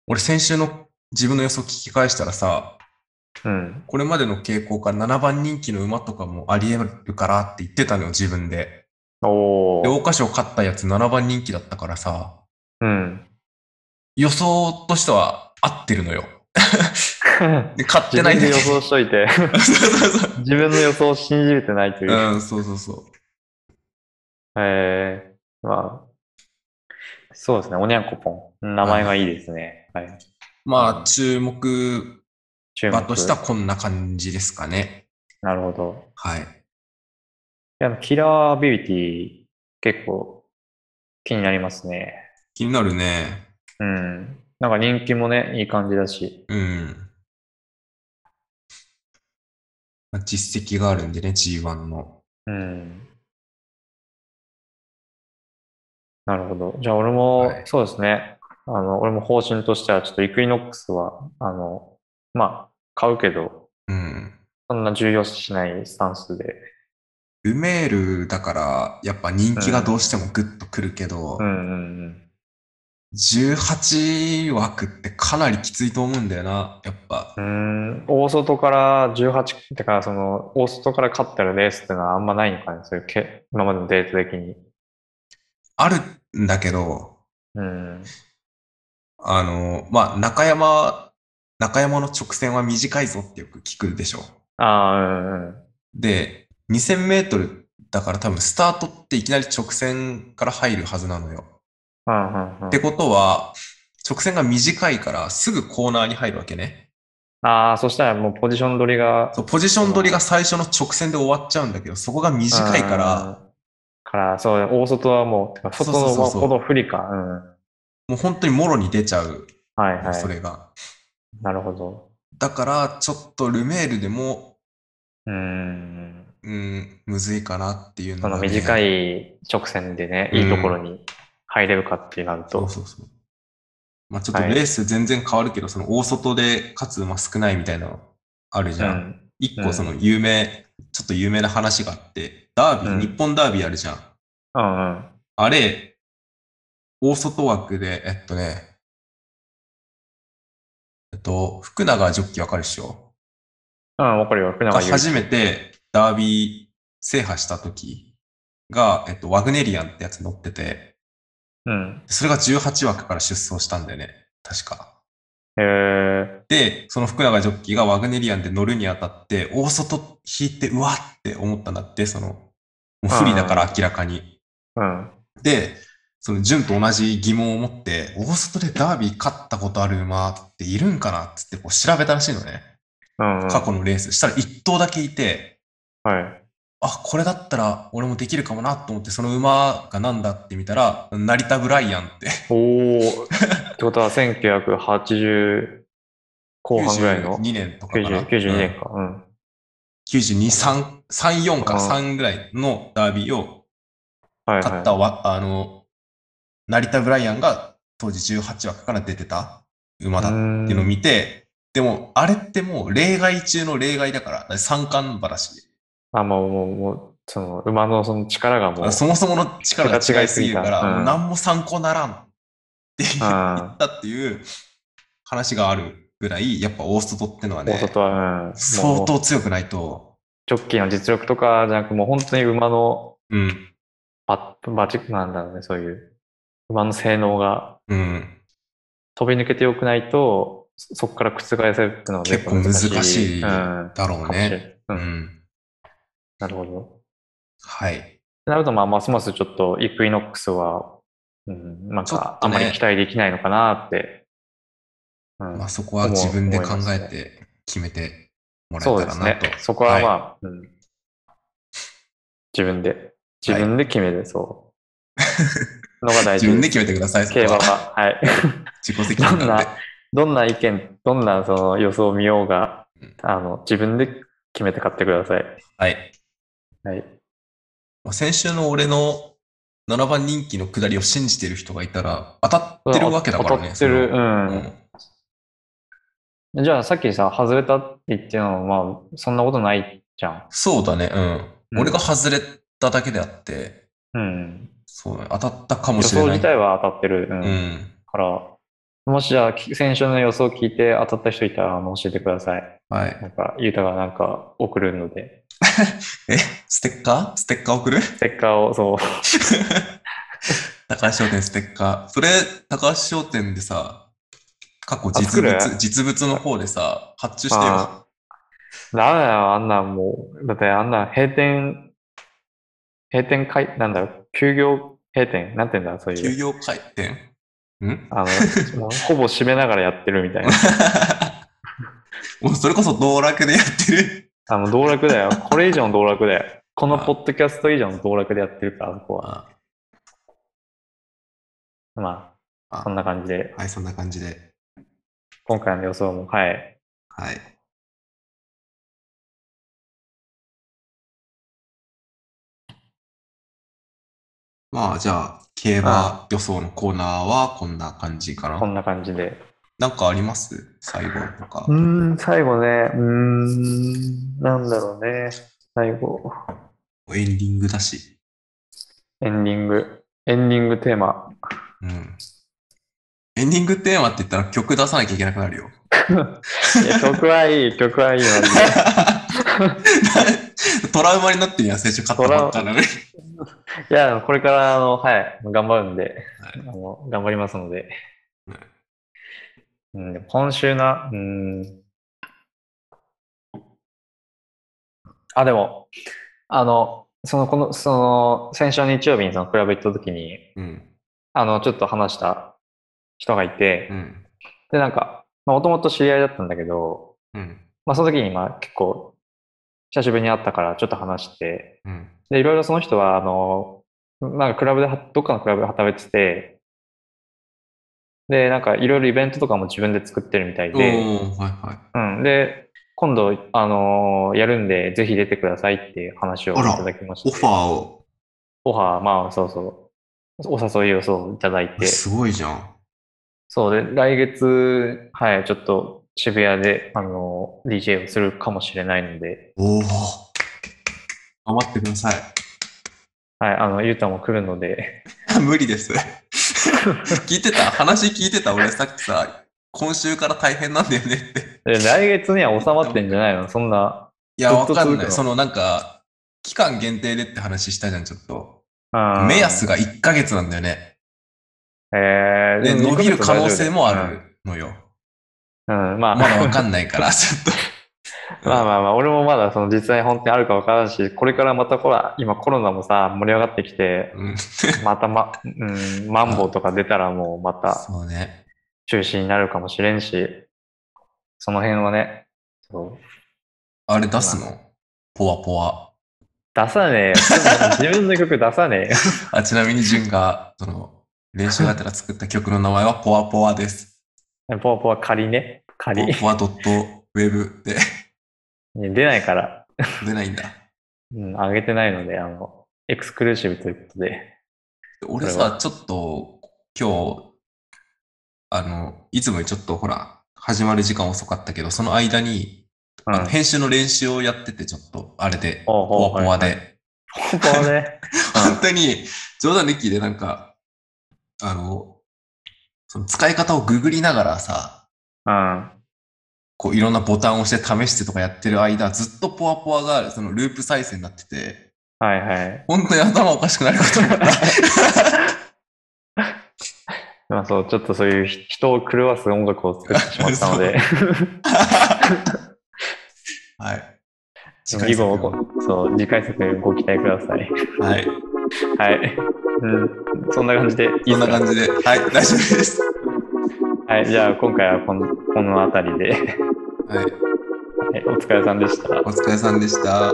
S2: 俺先週の自分の予想聞き返したらさ、
S1: うん。
S2: これまでの傾向から7番人気の馬とかもあり得るからって言ってたのよ、自分で。
S1: お
S2: で、
S1: ー。
S2: 桜花賞勝ったやつ7番人気だったからさ、
S1: うん。
S2: 予想としては合ってるのよ。で、勝って
S1: 自
S2: ない
S1: 分で
S2: だけ
S1: 予想しとい て、
S2: そうそうそう。
S1: 自分の予想を信じれてないという。
S2: うん、そうそうそう。
S1: えー、まあ、そうですね、おにゃんこぽん。名前がいいですね。はい。
S2: まあ、注目
S1: 注
S2: 馬としてはこんな感じですかね。
S1: なるほど。
S2: はい。
S1: いやキラービューティー、結構気になりますね。
S2: 気になるね。
S1: うん。なんか人気もね、いい感じだし。
S2: うん。まあ実績があるんでね、G1 の。
S1: うん。なるほど。じゃあ俺も、
S2: はい
S1: そうですね。あの、俺も方針としては、ちょっとイクイノックスは、あの、まあ、買うけど、
S2: うん。
S1: そんな重要視しないスタンスで。
S2: ルメールだから、やっぱ人気がどうしてもグッとくるけど、
S1: うんうんうん。
S2: 18枠ってかなりきついと思うんだよな、やっぱ
S1: う。ーん、大外から18、てか、その、大外から勝ってるレースってのはあんまないのかね、そういうけ、今までのデータ的に。
S2: あるんだけど、
S1: うん。
S2: あの、まあ、中山、中山の直線は短いぞってよく聞くでしょ。
S1: ああ、うんうん。
S2: で、2000メートルだから多分スタートっていきなり直線から入るはずなのよ。
S1: うんうんうん
S2: ってことは、直線が短いからすぐコーナーに入るわけね。
S1: ああ、そしたらもうポジション取りが、
S2: そうポジション取りが最初の直線で終わっちゃうんだけど、そこが短いから、
S1: うん、から、そう、大外はもう、てか
S2: そう
S1: 外
S2: そうそうそう
S1: のほど不利か。うん。
S2: もう本当にもろに出ちゃう、
S1: はいは
S2: そ
S1: い。
S2: れが。
S1: なるほど。
S2: だから、ちょっとルメールでも、
S1: うーん。
S2: うん、むずいかなっていうの
S1: その
S2: がね
S1: 短い直線でね、いいところに入れるかってなる
S2: そ
S1: と
S2: う。そうそう。まあちょっと
S1: はい
S2: レース全然変わるけど、その大外で勝つ馬少ないみたいなのあるじ
S1: う
S2: ゃん。
S1: ん。
S2: 一
S1: う
S2: 個
S1: ん
S2: その有名、ちょっと有名な話があって、ダービー、
S1: うん
S2: 日本ダービーあるじゃん。
S1: うんうん。
S2: あれ、大外枠で、えっとね、えっと、福永ジョッキーわかるでしょ
S1: うん、わかるよ。福永
S2: が
S1: 祐一
S2: 初めてダービー制覇した時が、えっと、ワグネリアンってやつ乗ってて、
S1: うん。
S2: それが18枠から出走したんだよね。確か。
S1: へえ
S2: で、その福永ジョッキーがワグネリアンで乗るにあたって、大外引いて、うわって思ったんだって、その、もう不利だから明らかに。
S1: うん。
S2: で、その、純と同じ疑問を持って、大外でダービー勝ったことある馬っているんかなっつってこう調べたらしいのね。
S1: うんうん。
S2: 過去のレース。したら1頭だけいて、
S1: はい。
S2: あ、これだったら俺もできるかもなと思って、その馬がなんだって見たら、成田ブライアンって、
S1: おお。ってことは、1980後半ぐらいの
S2: 92。年とかかな。
S1: 90 92
S2: うん
S1: 年か。うん。
S2: 92、3、3、4か
S1: あー
S2: 3ぐらいのダービーを
S1: はい
S2: 勝った
S1: は
S2: わ、あの、成田ブライアンが当時18枠から出てた馬
S1: い。
S2: だっ
S1: う
S2: て
S1: ーん
S2: いうのを見て、でも、あれってもう例外中の例外だから、だって三冠馬だし、
S1: あ、もう、もう、もう、その、馬のその力がもう、
S2: そもそもの力が違いすぎるか
S1: 違い
S2: ら、
S1: すぎたうん
S2: もう何も参考ならんって言
S1: あ
S2: ったっていう話があるぐらい、やっぱオーストトってのは
S1: 大
S2: ね、
S1: 外は、うん。
S2: 相
S1: もう。
S2: 当強くないと、
S1: ジョッキーの実力とかじゃなく、もう本当に馬の
S2: うん、
S1: バッ、バチックなんだろうね、そういう。馬の性能が
S2: うん、
S1: 飛び抜けてよくないと、そそこから覆せるっていうのは
S2: 結構難しい
S1: うん。か
S2: だろう
S1: もしれない。
S2: ね。
S1: う。
S2: うんん、
S1: なるほど。
S2: はい。
S1: なると、まあ、ますますちょっと、イクイノックスは、うん、なん
S2: ちょ
S1: か
S2: っ、と
S1: あ
S2: ね
S1: まり期待できないのかなって。うん
S2: まあ、そこは自分で考えて決めてもらえ
S1: そうで
S2: たら
S1: す
S2: な
S1: ね
S2: と。。
S1: そこはま
S2: い
S1: あ、うん、自分で、自分で決める、そう。のが大事
S2: 自分で決めてください、 そこ
S1: 競馬
S2: は。
S1: は、 はい。
S2: 自己責
S1: ど
S2: 任
S1: ん
S2: なんで
S1: な。、どんな意見、どんなその予想を見ようが
S2: うん、
S1: あの、自分で決めて買ってください。
S2: はい。
S1: はい。
S2: まあ先週の俺の7番人気の下りを信じてる人がいたら、当たってるわけだから
S1: 当
S2: ね。
S1: たってる、。
S2: そうのうんん
S1: じゃあさっきさ、外れたって言ってたのは、まあ、そんなことないじゃ
S2: そうだね、う。
S1: うんん
S2: 俺が外れただけであって、
S1: ん。うん。
S2: そうだね、当たったかも
S1: 予
S2: し
S1: 想
S2: れな
S1: 自
S2: い。
S1: 体は当たってる。うん。
S2: うん。
S1: から、もしじゃあ、き先週の予想を聞いて当たった人いたら、あの教えてください。
S2: はい。
S1: なんか、ゆうたがなんか送るので、
S2: え、ステッカーステッカー送る
S1: ステッカーを、そう、
S2: 高橋商店ステッカー。それ、高橋商店でさ、過去
S1: あ
S2: 実
S1: 作る
S2: 物、実物の方でさ、発注してよ
S1: あ。ダメだよ、あんなんもう。だってあんなん閉店、閉店かい、なんだろう、休業閉店、なんて言うんだ、そう
S2: 休
S1: いう。
S2: 業回転ん
S1: あの、もうほぼ閉めながらやってるみたいな。
S2: もうそれこそ道楽でやってる。
S1: あの、道楽だ よ。これ以上の道楽だよ。このポッドキャスト以上の道楽でやってるから、あそこは。
S2: あ
S1: まあ、
S2: あ
S1: そんな感じで、
S2: はい、そんな感じで。
S1: 今回の予想も、はい。
S2: はい。まあ、じゃあ、競馬予想のコーナーはこんな感じか
S1: こん
S2: な。
S1: な感じで。
S2: なんかあります最後とか
S1: う。ーん、最後ね、うーん、なんだろうね。最後、
S2: エンディングだし。
S1: エンディング、エンディングテーマ。
S2: うん。エンディングテーマって言ったら曲出さなきゃいけなくなる よ。
S1: いや曲はいい、曲はいいのに。
S2: トラウマになってるやん、先週買ったばっかなのに。
S1: いや、これから、あの、はい、頑張るんで、
S2: は
S1: あの頑張りますので
S2: はい。
S1: うん、でも今週な、うん。あ、でも、あの、その、この、その、先週の日曜日にそのクラブ行った時に、
S2: うん。
S1: あの、ちょっと話した人がいて、
S2: うん。
S1: で、なんか、まあ、もともと知り合いだったんだけど、
S2: うん。
S1: まあ、その時に、まあ、結構、久しぶりに会ったから、ちょっと話して、
S2: うん。
S1: で、いろいろその人は、あの、なんかクラブでは、どっかのクラブで働いてて、で、なんかいろいろイベントとかも自分で作ってるみたい
S2: お
S1: で、
S2: ー、はいはい。
S1: うん。で、今度、あのやるんで、ぜひ出てくださいっていう話をい
S2: あら
S1: ただきまして、
S2: オファーを。
S1: オファー、まあ、そうそう、お誘いをそういただいて、
S2: すごいじゃん。
S1: そうで、来月、はい、ちょっと渋谷で、あの DJ をするかもしれないので、
S2: おお。頑張ってください。
S1: はい、あの、ゆうたも来るので、
S2: 無理です。 聞いてた話聞いてた俺さっきさ、今週から大変なんだよねって。
S1: で来月には収まってんじゃないのそんな、
S2: いや、
S1: ずっ
S2: わ
S1: と
S2: かん
S1: 続く
S2: ない。
S1: の
S2: そのなんか、期間限定でって話したじゃん、ちょっと。
S1: うん
S2: 目安が1ヶ月なんだよね。
S1: えー、
S2: で、
S1: も
S2: 伸びる可能性もあ。
S1: 二ヶ月大丈夫だよ
S2: るのよ。
S1: うん、うんまあ、
S2: ま
S1: ま
S2: だわかんな いから、ちょっと。
S1: あまあまあ、俺もまだその実際本当にあるかわからんし、これからまたほら、今コロナもさ、盛り上がってき て、
S2: うん。
S1: またま、うん、マンボウとか出たらもうまた
S2: そうね。
S1: 中止になるかもしれんし、その辺はね、そう
S2: あれ出すのポワポワ。
S1: 出さねえよ。 自分の曲出さねえよ。
S2: あちなみに、潤が、その、練習がてら作った曲の名前は、ポワポワです。
S1: ポワポワ仮ね。仮。
S2: ポワポワ .web で
S1: 出ないから、
S2: 出ないんだ。
S1: うん、上げてないので、あの、エクスクルーシブということで。こ
S2: 俺
S1: れ
S2: さ、ちょっと、今日、あの、いつもよりちょっと、ほら、始まる時間遅かったけど、その間に、
S1: うん
S2: あの。編集の練習をやってて、ちょっと、あれで、ポ
S1: おうお
S2: ワ
S1: う
S2: ポ
S1: は
S2: ワ
S1: い
S2: で。
S1: ポワポワ ね。うん
S2: 本当に、冗談抜きで、なんか、あの、その使い方をググりながらさ、
S1: うん。
S2: こういろんなボタンを押して試してとかやってる間、ずっとポワポワがそのループ再生になってて、
S1: はいはい。
S2: 本当に頭おかしくなることになった。
S1: まあそう、ちょっとそういうひ人を狂わす音楽を作ってしまったので、
S2: はい。
S1: 次号を、そう、次回作ご期待ください。
S2: はい。
S1: はい。うん、そんな感じでいいです
S2: こんな
S1: か
S2: 感じで、はい、大丈夫です。
S1: はい、じゃあ今回はこのこの辺りで、はい
S2: はい。
S1: お疲れさんでした。
S2: お疲れさんでした。